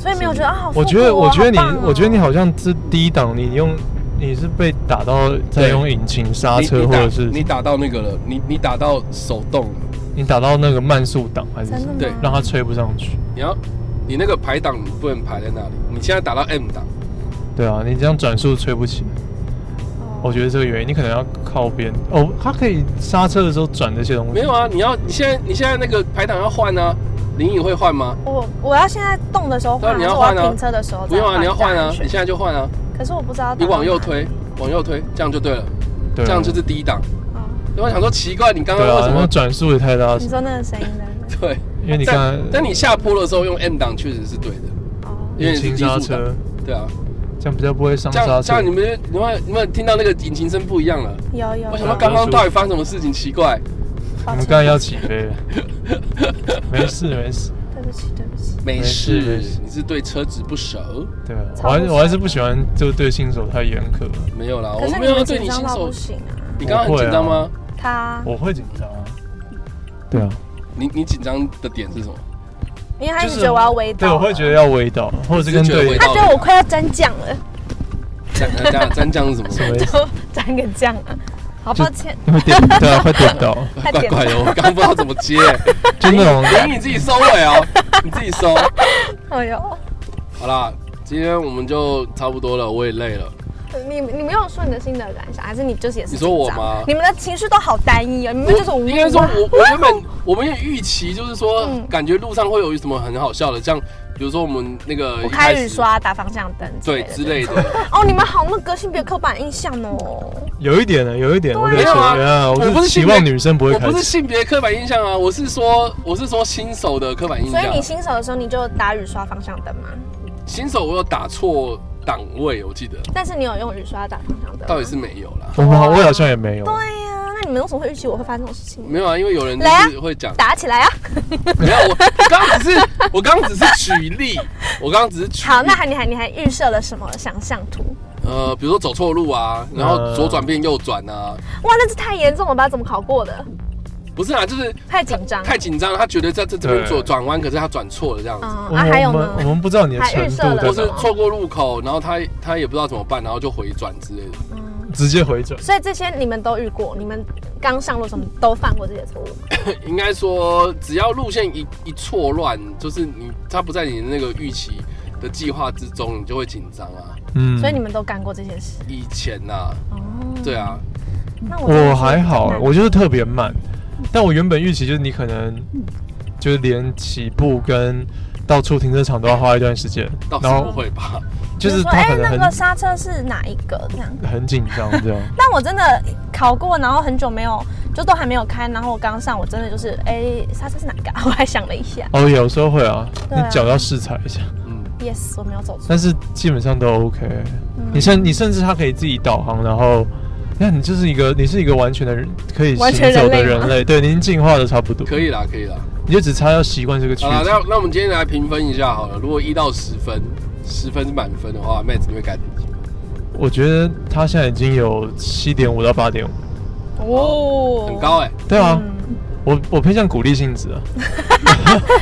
所以没有觉得啊，好我复觉得，古哦我觉得你好棒哦，我觉得你好像是第一档，你用你是被打到在对用引擎刹你车，你或者打是你打到那个了，你你打到手动了，你打到那个慢速档还是真什的么吗？对让它吹不上去。你要你那个排档你不能排在那里，你现在打到 M 档，对啊，你这样转速吹不起。哦我觉得这个原因，你可能要靠边哦，它可以刹车的时候转这些东西。没有啊，你要你现在你现在那个排档要换啊，林颖会换吗？我我要现在动的时候对啊换，你还要是我换啊要停车的时候再不用啊，你要换啊，比较你安现在就换啊，全可是我不知道。你往右。推，往右推，这样就对了，对这啊样就是第一档。哦然后想说奇怪，你刚刚对为啊，什那么？转速也太大你，说那个声音的 [laughs] 对，因为你看但，但你下坡的时候用 M 档确实是对的，哦，因为引你是擎低刹速档车，，对啊，这样比较不会伤这刹样这车样你。们就你们你们听到那个引擎声不一样了。有有。我有想说刚刚到底发生什么事情？奇怪，抱我们歉刚才要起飞 [laughs] 了，没事没事，对不起对不起，没没事事没事，你是对车子不熟？对啊，超我还是不我还是爽不喜欢就对新手太严苛，没有哦啦，我可是没你有要们对紧你张新到手不。行啊。你刚刚很紧张吗？啊他，我会紧张啊。对啊，你你紧张的点是什么？ [laughs] 因为他一直觉得我要围到，对，我会觉得要围导，或者是跟你是觉得对围他觉得我快要沾酱了，蘸蘸蘸酱是什么？什么意思？ [laughs] 就沾个酱啊。好抱歉， [laughs] 会点对啊，会点到，太怪甜怪了。的，我刚刚不知道怎么 [laughs] 接。就那种林颖你自己收尾哦，你自己收。哎呦，好啦，今天我们就差不多了，我也累了。你你没有说你的心得感想，还是你就是也是你说我紧张吗你们的情绪都好单一啊，你们就是应该说哇我，我原本我们也预期就是说，嗯感觉路上会有什么很好笑的，像比如说我们那个我一开开始雨刷、打方向灯对之类的，哦，你们好那个性别刻板印象哦。有一点呢，有一点，我没得有承啊认啊，我不我是是性期别望女生不会我开不是始，性别刻板印象啊，我是说我是说新手的刻板印所象以啊。你新手的时候你就打雨刷、方向灯嘛，新手我有打错档位，我记得但是你有用雨刷打方向灯吗，到底是没有啦，我好，我好像也没有，对啊呀、那你们为什么会预期我会发生这种事情？没有啊，因为有人就来啊是会讲，打起来啊！没有我我刚刚只是 [laughs] 我刚刚只是举例，我刚刚只是举例好，那还你还你还预设了什么想象图？呃，比如说走嗯错路啊，然后左转变右转啊，哇，那这太严重了吧？怎么考过的？不是啊，就是太紧张了太紧张了，他觉得在这这边对左转弯，可是他转错了这样子，嗯，我啊，还有们我呢？们不知道你的还程预设度了在或哪是里，错过路口，然后他他也不知道怎么办，然后就回转之类的。直接回转。所以这些你们都遇过，你们刚上路什么都犯过这些错误吗？应该说，只要路线一一错乱，就是你它不在你的那个预期的计划之中，你就会紧张啊。嗯，所以你们都干过这件事。以前呐、啊，哦，对啊，那我真我的是还好啊蛮，我就是特别慢。但我原本预期就是你可能就是连起步跟到处停车场都要花一段时间，倒然是不后会吧？就是说他哎可，能那很、个刹车是哪一个这样？很紧张这样。但我真的考过，然后很久没有，就都还没有开，然后我刚上，我真的就是哎，刹车是哪一个 [laughs] 啊？我还想了一下哦，有时候会啊，对啊你脚要试踩一下，嗯， ，yes，我没有走错。但是基本上都 OK。你嗯甚你甚至他可以自己导航，然后那你就是一个你是一个完全的人可以完行全走的人类吗人类，对，你已经进化的差不多，可以啦，可以啦。你就只差要习惯这个区好啦，域。那那我们今天来评分一下好了。如果一到十分，十分是满分的话，妹子你会改评几分？我觉得他现在已经有七点五到八点五，哦很。高哎、对啊，嗯我我偏向鼓励性质啊，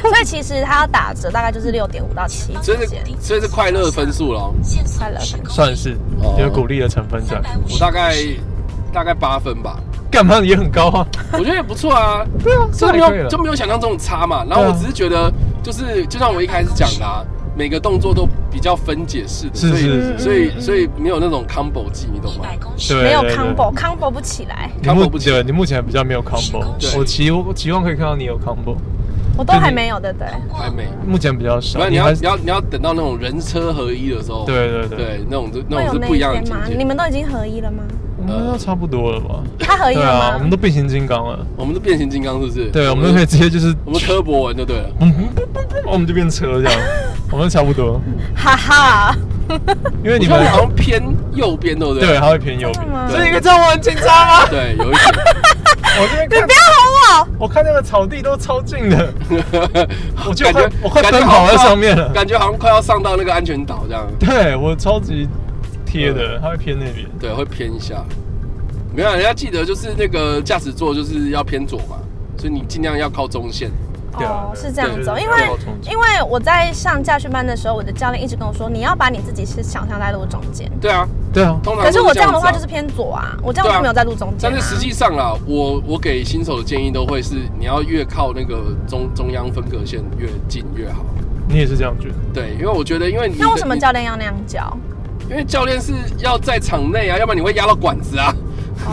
所以其实它要打折，大概就是六点五到七所以之间。是所以是快乐分数咯。限速快乐50公里算是哦有鼓励的成分在三。百五我十大概公尺大概八分吧，干嘛也很高啊？我觉得也不错啊。对啊，就这没还可以有了就。没有想象中差嘛。然后对啊我只是觉得，就是就像我一开始讲的、啊，每个动作都比较分解式的，是所以嗯是是所以所以没有那种 combo 技，你懂一吗？百公对尺，没有对对 combo，combo 不起来，你目对，你目前比较没有 combo，对我期我期望可以看到你有 combo，我都对你还没有，对不对？还没。目前比较然少。后你要还你要你要等到那种人车合一的时候，对对对，对，那种就那会有种是那不一一样的天吗？境你界。们都已经合一了吗？我呃们要差不多了吧？他合一对啊，了我吗们都？变形金刚了。我们是变形金刚是不是？对，我们都可以直接就是，我们柯博文就对了。嗯，我们就变车这样， [laughs] 我们差不多。哈哈，因为你你们们好像偏右边，对不对，啊对？它会偏右真的吗边，所以你可以知道我很紧张 [laughs] 啊。对，有一点。我这边看，好我我看那个草地都超 [laughs] 近的，我就感快觉我快感觉奔好跑在像上面了。感觉好像快要上到那个安全岛这样。对我超级贴的，它会偏那边。对，会偏一下。没有，你要记得就是那个驾驶座就是要偏左嘛，所以你尽量要靠中线。对啊哦，对是这样对子哦，对因对我为同意因为我在上驾训班的时候，我的教练一直跟我说，你要把你自己是想象在路中间。对啊，对啊，通常可是我这这样样的话子就啊是偏左啊，我这样对啊就没有在路中间但啊。是实际上啦，我我给新手的建议都会是，你要越靠那个中中央分隔线越近越好。你也是这样觉得？对，因为我觉得，因为你的那为什么你教练要那样教？因为教练是要在场内啊，要不然你会压到管子啊。哦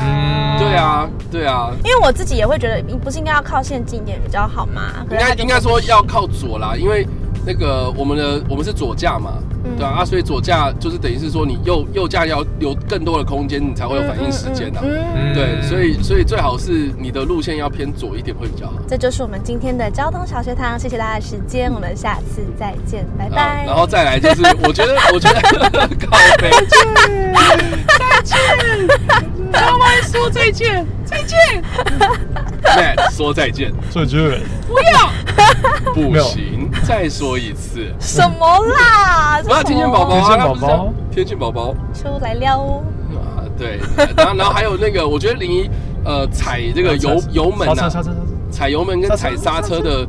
[laughs] 嗯，对啊，对啊，因为我自己也会觉得，你不是应该要靠线近一点比较好吗？可应是该他就应该说要靠左啦，因为那个我们的我们是左驾嘛，嗯对啊啊，所以左驾就是等于是说你右右驾要留更多的空间，你才会有反应时间呐、啊。嗯嗯嗯对，所以所以最好是你的路线要偏左一点会比较好。这就是我们今天的交通小学堂，谢谢大家的时间，我们下次再见，拜啊拜。然后再来就是，我觉得，我觉得靠背，再见，再见，妈妈说再见，所以就是再见，Matt 说再见，不没有行，再说一次，什么啦？不要这什天线么宝宝啊，天线宝宝他不是天线宝宝出来哦了，啊，对，然后然后还有那个，我觉得林一呃踩这 [laughs] 个油油门刹车刹啊，车刹车，踩油门跟踩刹车的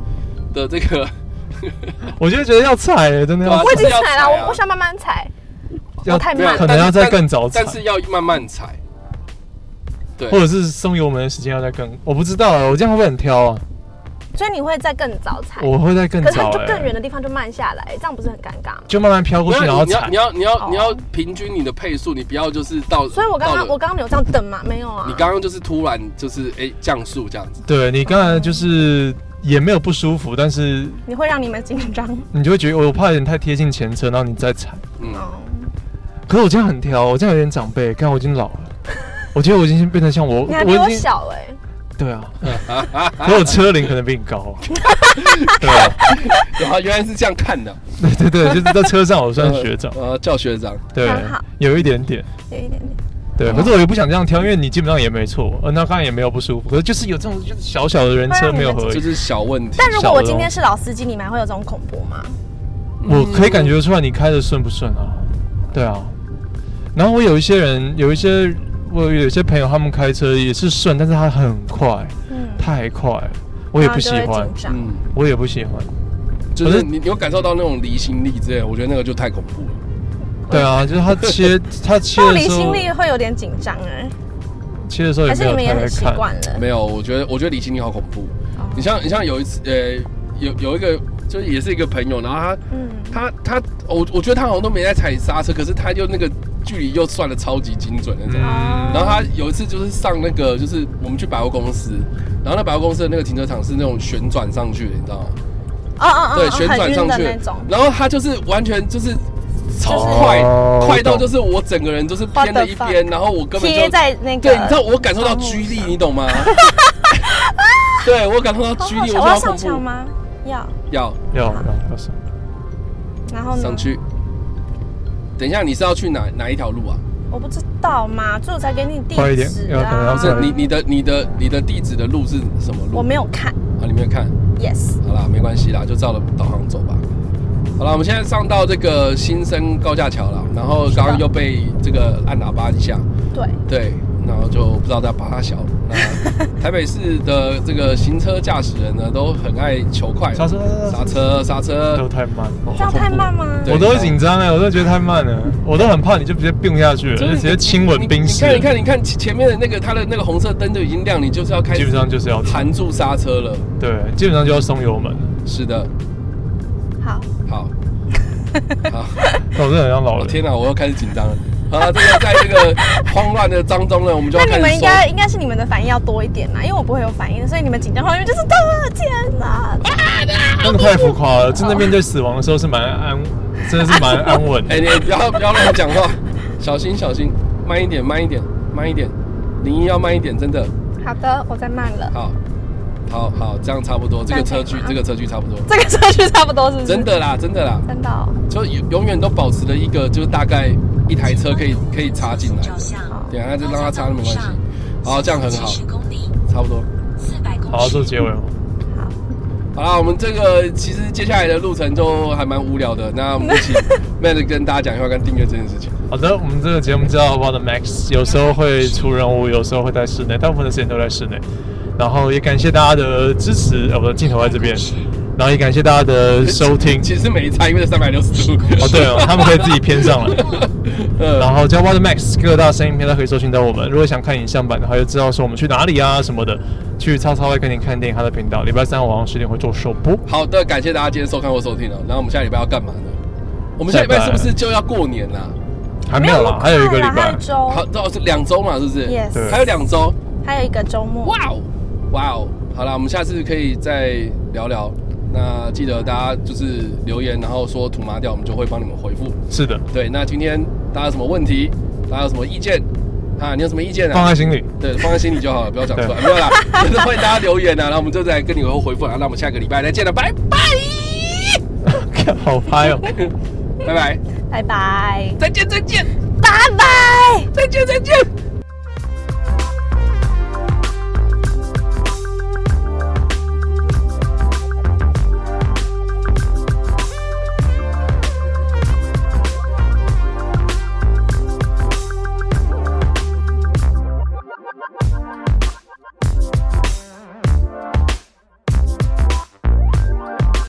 的这 [laughs] 个，我就觉得要踩欸，真的对啊要我已经要踩踩啊了，我我想慢慢踩，要我太慢了可能要再但更早踩但，是要慢慢踩，对，或者是松油门的时间要再更，我不知道啊，我这样会不会很挑啊？所以你会在更早踩，我会再更可是早就欸更远的地方就慢下来，这样不是很尴尬吗？就慢慢飘过去，然后你要踩你。要你要你要哦平均你的配速，你不要就是到。所以我刚到刚了我刚刚有这样等吗？没有啊，你刚刚就是突然就是哎、降速这样子，对你刚才就是也没有不舒服，但是你会让你们紧张你就会觉得我怕有点太贴近前车，然后你再踩。嗯，哦。可是我这样很挑，我这样有点长辈，看我已经老了，我觉得我已经变成像我，你还比我已经小哎，对啊，可我车龄可能比你 [laughs] 高啊。对啊， [laughs] 然后 [laughs] 原来是这样看的，对对对，就是在车上我算学长，呃，叫学长，对很好，有一点点。有一点点。对，啊可是我也不想这样挑，因为你基本上也没错，呃，那刚才也没有不舒服，可是就是有这种就是小小的人车没有合就一，是小问题。但如果小我的今哦天是老司机，你们还会有这种恐怖吗？我可以感觉出来你开的顺不顺啊？对啊，然后我有一些人，有一些我有一些朋友他们开车也是顺，但是他很快，嗯太快了，我也不喜然后就欢会，紧张。嗯，我也不喜欢。就是可是你你有感受到那种离心力之类的，我觉得那个就太恐怖了。对啊，就是 [laughs] 他切他切到的离时心候，力会有点紧张哎，切的时候也还没是你有们也太很会习看。惯了？没有，我觉得我觉得离心力好恐怖。嗯哦你像你像有一次，呃，有有一个就是也是一个朋友，然后他嗯，他他，我我觉得他好像都没在踩刹车，可是他就那个距离又算的超级精准那种。哦嗯，然后他有一次就是上那个，就是我们去百货公司，然后那百货公司的那个停车场是那种旋转上去的，你知道吗？哦哦哦，对，哦旋很转晕上的去那种，，然后他就是完全就是超快，哦快到懂就是我整个人就是 What 偏了一 the fuck？边，然后我根本就贴在那个，哦对，你知道我感受到 G 力，你懂 [laughs] 吗？对我感受到好 G 好力，笑我我要觉得好恐上墙怖。吗？要，要要要要什么？然后呢上？去。等一下，你是要去哪哪一条路啊？我不知道嘛，所以我才给你地快一点址要可能要啊不。是你你的你的你的地址的路是什么路？我没有看啊，你没有看。 ，yes，好啦，没关系啦，就照着导航走吧。好了，我们现在上到这个新生高架桥了，然后刚刚又被这个按喇叭一下，对，对，然后就不知道在扒他小。 [laughs] 那台北市的这个行车驾驶人呢，都很爱求快，刹车刹车，刹都车。太慢了。这样太慢吗？对我都会紧张哎，我都觉得太慢了，我都很怕你就直接并下去了，就直接亲吻冰你室，看，你看，你看前前面的那个，它的那个红色灯就已经亮，你就是要开基始本上就是要弹住刹车了。对，基本上就要松油门了。是的，好， [laughs] 好，好。那我真的很像老我、人。天哪，我又开始紧张了。好了，这个在这个慌乱的当中呢，我们就那要开始你们应收。该应该是你们的反应要多一点啦，因为我不会有反应，所以你们紧张后面就是的，天哪！那个太浮夸了，真的面对死亡的时候是蛮安，真啊的是蛮安稳哎、的。你不要不要乱讲话，小心小心，慢一点，慢一点，慢一点，零一要慢一点，真的。好的，我在慢了，好，好好，这样差不多，这个车距这样可这以吗个车距差不多，这个车距差不多是不是？真的啦，真的啦，真的哦，就永永远都保持了一个，就是大概一台车可以可以插进来的照，相，等一下就让它插没关系。好，这样很好，十公里，差不多。四百公好，尺做。结尾哦。好啦，我们这个其实接下来的路程就还蛮无聊的，那我们一 [laughs] 起 Matt 跟大家讲一下跟订阅这件事情。好的，我们这个节目叫 What the Max，有时候会出任务，有时候会在室内，大部分的时间都在室内。然后也感谢大家的支持，呃，我的镜头在这边，然后也感谢大家的收听。其实没差，因为是三百六十度。哦，对哦，他们可以自己偏上了。呃，然后叫 What Max 各大声音平台可以搜寻到我们。如果想看影像版的话，就知道说我们去哪里啊什么的，去超超会跟你看电影他的频道。礼拜三晚上十点会做首播。好的，感谢大家今天收看或收听了。那我们下礼拜要干嘛呢？我们下礼拜是不是就要过年啦？还没有啦，还有一个礼还拜有一。周，好，这哦是两周嘛，是不是哦 Yes 对还有两周。还有一个周末，哇哦，哇哦！好啦，我们下次可以再聊聊。那记得大家就是留言，然后说土麻掉，我们就会帮你们回复。是的，对，那今天大家有什么问题？大家有什么意见？啊，你有什么意见啊？放在心里。 [laughs] 对，放在心里就好了，不要讲出来。没有啦，就是欢迎大家留言啊，然后我们就再跟你们回复啊。那我们下个礼拜再见了，拜拜，好拍哦。拜拜，拜拜，再见，再见，拜拜。再见，再见。